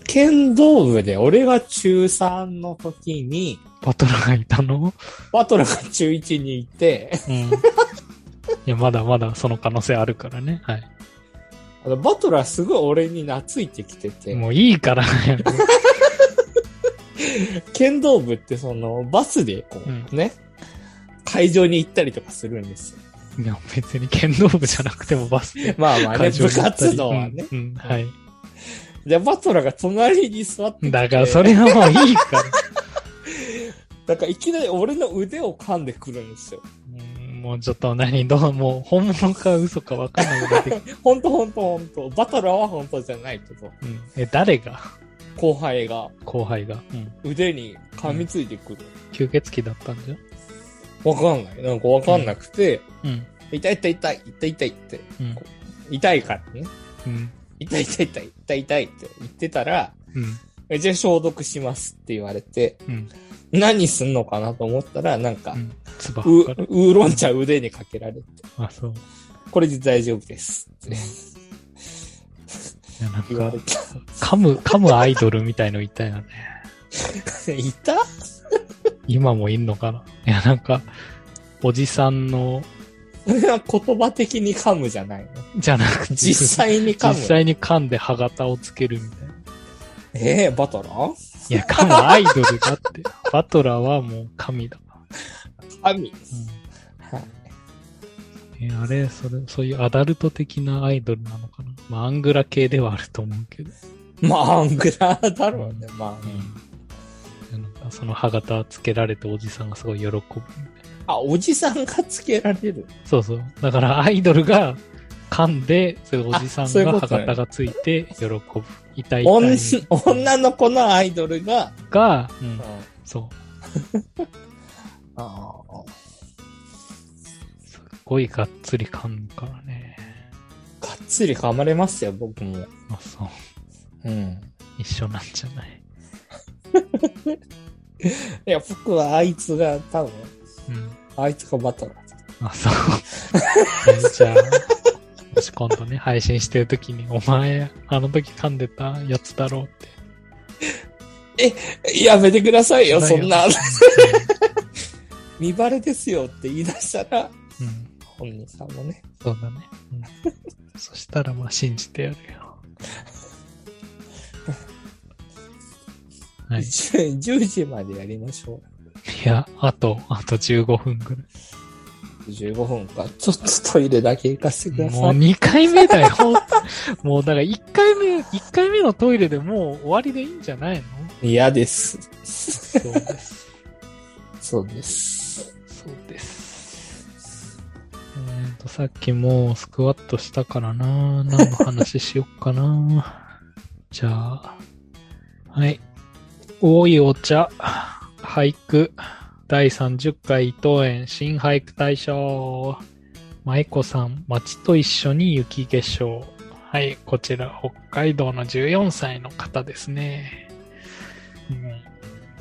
剣道部で俺が中3の時に、
バトラーがいたの
バトラーが中1にいて、
うん。いや、まだまだその可能性あるからね。はい。
あの
*laughs*
バトラーすごい俺に懐いてきてて、
もういいから早く。
剣道部ってその、バスでこう、
う
ね、会場に行ったりとかするんですよ。
いや、別に剣道部じゃなくてもバスで。
まあまあね、
会場
部
に行ったり
活動はね。。
うん、うんはい。
じゃあ、バトラーが隣に座ってて
だから、それはもういいから。
だからいきなり俺の腕を噛んでくるんですよ。
うんもうちょっと何、どう、もう本物か嘘か分かんないぐらいで、
ほんとほんとほんと。バトラーはほんとじゃないけど、
うんえ、誰が
後輩が
後輩が。うん
腕に噛みついてくる。
吸血鬼だったんじゃ
わ、かんない。なんかわかんなくて、
うん。
痛い痛い痛い、痛い痛いって。
うん。
痛いからね。
うん。
痛い痛い痛い、痛い痛いって言ってたら、
うん。
えじゃあ消毒しますって言われて、
うん。
何すんのかなと思ったら、なんか
う、ん。つば
う、
か
ウ
る。
ーロン茶腕にかけられて、
あ、そう。
これで大丈夫ですっ
い
て
や、なん
言われ
か、
て。
噛む、噛むアイドルみたいのいたよね。
*laughs* いた
今もいんのかないや、なんか、おじさんの、
これは言葉的に噛むじゃないの。
じゃなくて、
実際に噛む。
実際に噛んで歯型をつけるみたいな。
ええバトラー
いや、噛むアイドルだ *laughs* って。バトラーはもう神だ。
神。
うんえあれ、それ、そういうアダルト的なアイドルなのかなまあ、アングラ系ではあると思うけど。
まあ、アングラーだろうね。ま
うんいや。なんかその歯型つけられておじさんがすごい喜ぶみたいな。
あ。あ、おじさんがつけられる。
そうそう。だからアイドルが噛んで、それおじさ
あそうい
ん
うこ
が
と
歯
ね
型がついて喜ぶ。痛い
お
痛
ん
い
女の子のアイドルが、
が、うん
うん、
そう。
ああ
すっごいがっつり噛むからね。
がっつり噛まれますよ、僕も。
まあそう。
うん。
一緒なんじゃない。
いや、僕はあいつが多分、
うん。
あいつがバトラー。
あ、そう。じゃあ、もし今度ね、配信してるときに、お前、あの時噛んでたやつだろうって。
*laughs* やめてくださいよ、
ないよ
そんな。見バレですよって言い出したら、
うん。うん
本人さんもね。
そうだね。うん、そしたら、まあ、信じてやるよ。
*laughs*
はい。い
10 10時までやりましょ
や、あと、あと15分ぐ
う。15分か。ちょっとトイレだけ行かせてく
ら
だ
い。もう
さい。
2回目だよ。 *laughs* もう、だから1回目、一回目のトイレでもう終わりでいいんじゃないの
嫌です。
そうです。
そうです。
そうです。えー、と、さっきもうスクワットしたからな。何の話しよっかな。 *laughs* じゃあ、はい。多いお茶、俳句、第30回伊藤園新俳句大賞。舞子さん、町と一緒に雪化粧。はい、こちら北海道の14歳の方ですね。うん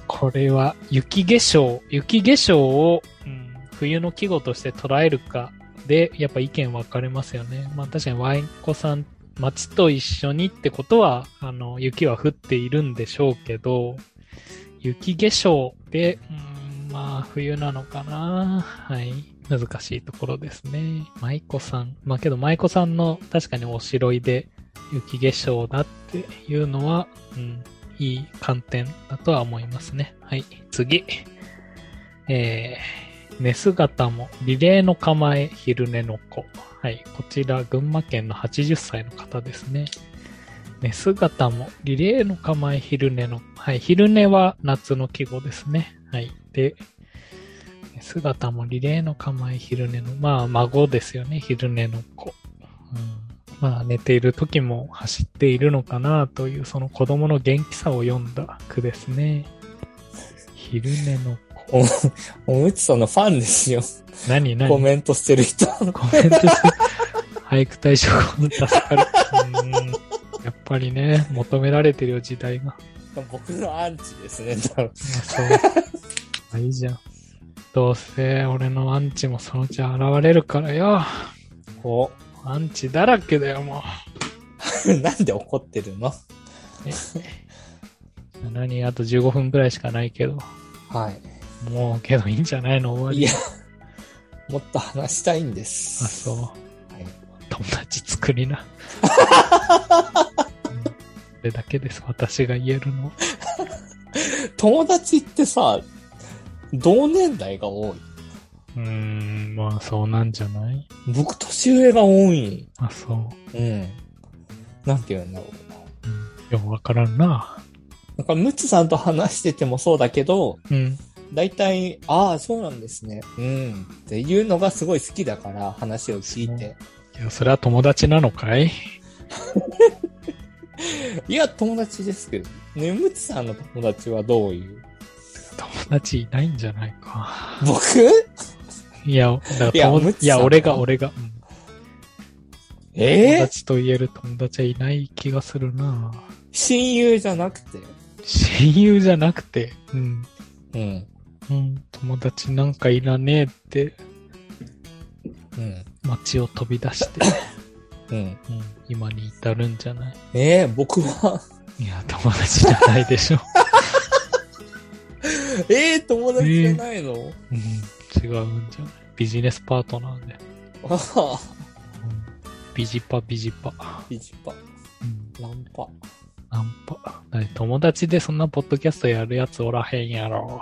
これは雪化粧、雪化粧を、うん冬の季語として捉えるかで、やっぱ意見分かれますよね。まあ確かにワインコさん、町と一緒にってことは、あの、雪は降っているんでしょうけど、雪化粧で、うんまあ冬なのかな。はい。難しいところですね。舞子さん。まあけど舞子さんの確かにおしろいで雪化粧だっていうのは、うん、いい観点だとは思いますね。はい、次。えー、寝姿もリレーの構え、昼寝の子。はい、こちら群馬県の80歳の方ですね。寝姿もリレーの構え、昼寝の。はい、昼寝は夏の季語ですね。はい、で、寝姿もリレーの構え、昼寝の。まあ、孫ですよね、昼寝の子。うんまあ寝ている時も走っているのかなというその子供の元気さを読んだ句ですね。昼寝の子。
おむつさんのファンですよ。
何何
コメントしてる人。
コメントして。俳句対象助かる。うんやっぱりね、求められてるよ、時代が。
僕のアンチですね、多
ま
分。
あそう。まあいいじゃん。どうせ俺のアンチもそのうち現れるからよ。
こ
アンチだらけだよ、もう。
う。なんで怒ってるの
何あと15分くらいしかないけど。
は
もうけどいいんじゃないの終わ
い。
り
いや、もっと話したいんで
あ、
す。
そう。
はい
友達作りな。うんそれだけです、私が言えるのは。
友達ってさ、同年代が多い。
うーん、まあそうなんじゃない
僕年上が多い。
あ、そ
うん。なんて言うんだろうな。
う。うん、よくわからんな。
なんか、ムツさんと話しててもそうだけど、
うん。
大体、ああ、そうなんですね。うん。っていうのがすごい好きだから、話を聞いて。
いや、それは友達なのかい
いや、友達ですけど。ね、ムツさんの友達はどういう
友達いないんじゃないか。
僕
いや、だから
いや
友
ムツさん
いや、俺が、俺が。うん友
えー、
達と言える友達はいない気がするな
親友じゃなくて。
親友じゃなくて、うん。
うん。
うん、友達なんかいらねえって、
うん。
街を飛び出して、
うん。
うん、今に至るんじゃない
えー、僕は、 *laughs*
いや、友達じゃないでしょ。
えー、友達じゃないの、 *laughs*
うん、違うんじゃないビジネスパートナーで。
ああ、
うん、ビジパ、ビジパ。
ビジパ、
うん、
ナン *laughs* パ。
ナンパ。だって友達でそんなポッドキャストやるやつおらへんやろ。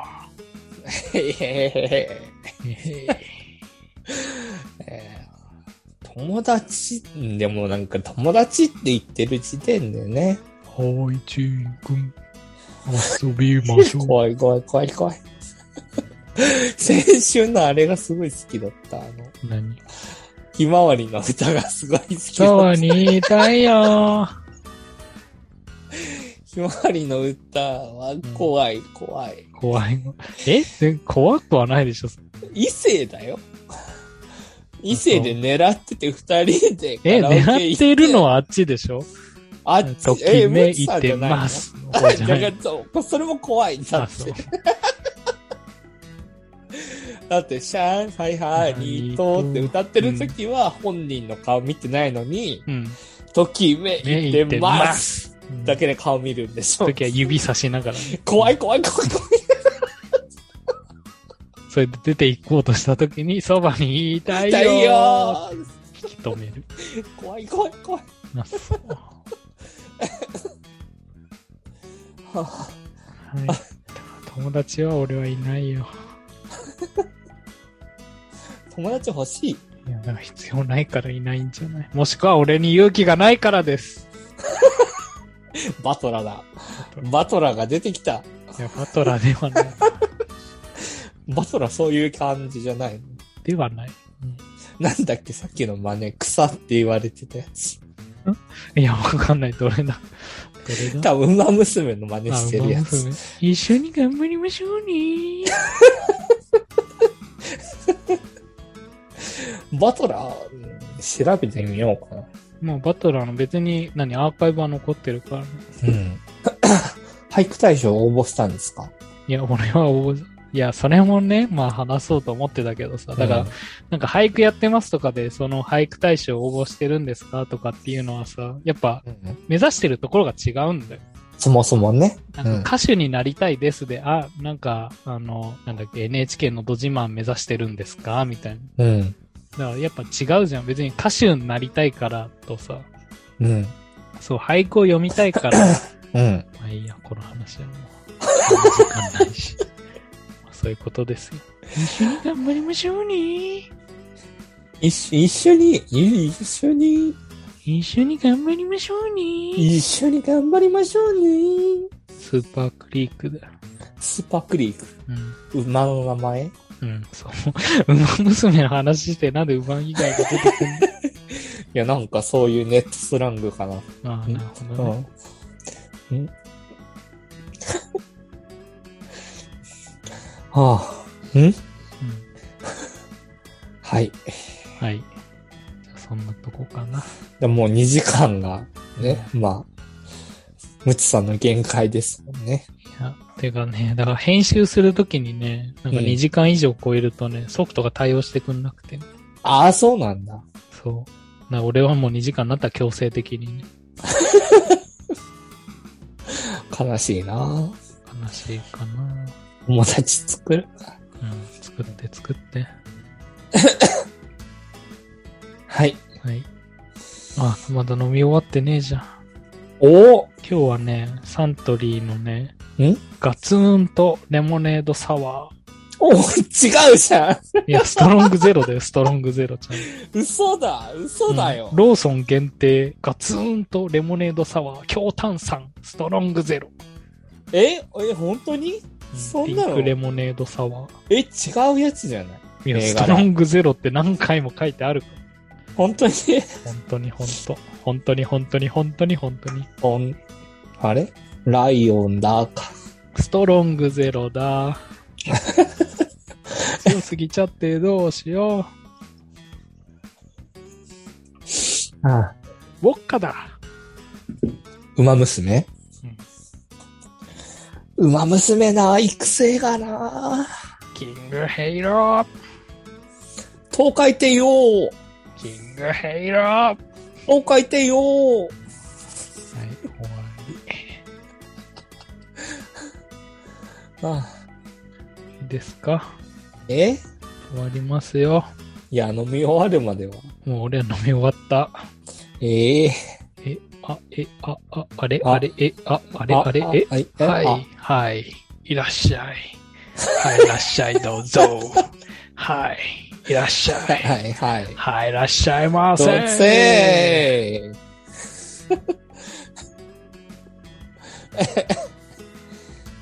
へへへ
へ
へ。
へ
えー友達、でもなんか友達って言ってる時点でね。
はい、チー君。 *laughs* 遊びましょう。
怖い怖い怖い怖い。 *laughs* 先週のあれがすごい好きだった。あの、
何
ひまわりの歌がすごい好きだった。
そうにいたいよ。
ひまわりの歌は怖い怖い。
怖い。えで怖くはないでしょ。
異性だよ。異性で狙ってて二人でカ
え、
ラオケ行
狙っているのはあっちでしょ
あっ
と
ち、
き
え、
め
ムツ
い
さんじ
て
ゃ *laughs* ないの
ま
あ、
す。こうじゃない
だからそうそれも怖いんだ
あ
っ
そう
て。だって、シャーン、はいはい、ニートって歌ってる時は本人の顔見てないのに、
うん。
ときめいてます
だ
だ
け
けで顔見るんでしょ
時。は指さしながら、
怖い怖い怖い怖い。
それで出て行こうとした時に、そばにいたいよ
痛いよー
引き止める。
怖い怖い怖い。
あそう
は
はい。友達は俺はいないよ。
あ友達欲しい。
いや、だから必要ないからいないんじゃないもしくは俺に勇気がないからです。
バトラだ。バトラが出てきた。
いや、バトラーでは
*laughs*
ない。
バトラそういう感じじゃないの。
ではない。
なんだっけ、さっきの真似、草って言われてたやつ。
いや、わかんない。どれだどれだ
多分、馬娘の真似してるや
あ馬
つ。
娘一緒に頑張りましょうね。
バトラうん調べてみようかな。
もうバトラーの別に何アーカイブは残ってるからね。
うん。俳句大賞応募したんですか
いや、俺は応募、いや、それもね、まあ話そうと思ってたけどさ、だから、
うん
なんか俳句やってますとかで、その俳句大賞応募してるんですかとかっていうのはさ、やっぱ
うん
目指してるところが違うんだよ。
そもそもね。
なんか歌手になりたいですで、あ、なんか、あの、なんだっけ、NHK のど自慢目指してるんですかみたいな。
うん。
だからやっぱ違うじゃん。別に歌手になりたいからとさ、
うん。
そう、俳句を読みたいから、
うん。
まあいいや、この話はもう、時間ないし。 *laughs* まあそういうことですよ。一緒に頑張りましょうね。
一緒一緒に、い一緒に、
一緒に頑張りましょうね。
一緒に頑張りましょうね。
スーパークリークだ。
スーパークリー
うん。
ク。馬の名前
うん、そう。馬娘の話して、なんで馬以外が出てく *laughs* ん
いや、なんかそういうネットスラングかな。
のああ、なるほどね。
うん。 *laughs* うん。はあ。ん
うん
はい。
はい。じゃあそんなとこかな。
でももう2時間が、ね、まあ、ムツさんの限界ですもんね。
いや、てかね、だから編集するときにね、なんか
うん
2時間以上超えるとね、ソフトが対応してくんなくて、
ああ、そうなんだ。
そう。な俺はもう2時間になったら強制的にね、
悲しいな
悲しいかな。
友達作る
うん、作って作って。
はい。
はい。あ、まだ飲み終わってねえじゃん。
おお
今日はね、サントリーのね、
ん
ガツンとレモネードサワ
お違うじゃん
ー。いや、ストロングゼロ
*laughs*
だよ、ストロングゼロちゃんと。
嘘だ嘘だよ、
うんローソン限定、ガツンとレモネードサワー、強炭酸、ストロングゼロ。
ええ、本当に
う
そん
ピ
な
ン
の
クレモネードサワー。
え、違うやつじゃない
いや、
銘
ス
柄
トロングゼロって何回も書いてあるか
本当に
ら。本当に本当。本当に本当に本当に本当に。
ほん、あれライオンだか。
ストロングゼロ
*laughs*
だ。強すぎちゃってどうしよ
ああ
う。ウォッカだ。
馬娘馬娘な、育成がな。
キングヘイロー。
東海帝よ
キングヘイロー。はい、
東海帝よ
終わ
あ
りですか
え
終わりますよ。
いや、飲み終わるまでは。
もう俺は飲み終わった。
ええ
え、あ、え、あ、あ、あれ、
あ
あれ、え、あ、あれ、あれ、え、
はい、え
は
あ
い、はい、いらっしゃい。はい、いらっしゃい、どう
*laughs*
ぞ。はい、いらっしゃい。
はい、はい。
はい、いらっしゃいま
どう
せ。
せー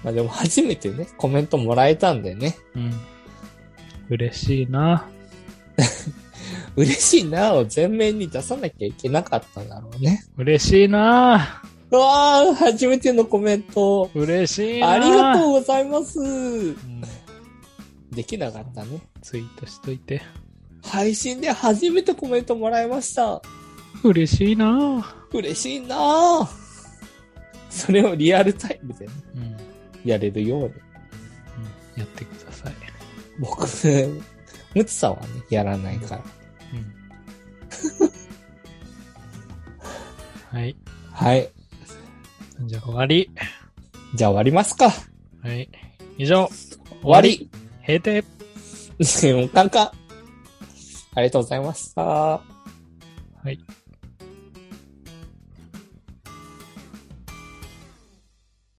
まあでも初めてね、コメントもらえたんでね。
うん。嬉しいな。
嬉しいなを前面に出さなきゃいけなかったんだろうね。
嬉しいな。
うわあ、初めてのコメント。
嬉しいな。
ありがと
う
うございます。
ん。
できなかったね。
ツイートしといて。
配信で初めてコメントもらいました。
嬉しいな。
嬉しいなあそれをリアルタイムでね、
うん。うん
やれるように。
やってください。
僕、ムツさんはね、やらないから。
うん。 *laughs* はい。
はい。
じゃあ終わり。
じゃあ終わりますか。
はい。以上。
終わり。
閉店。
*laughs* うん、カンカン。ありがとうございました。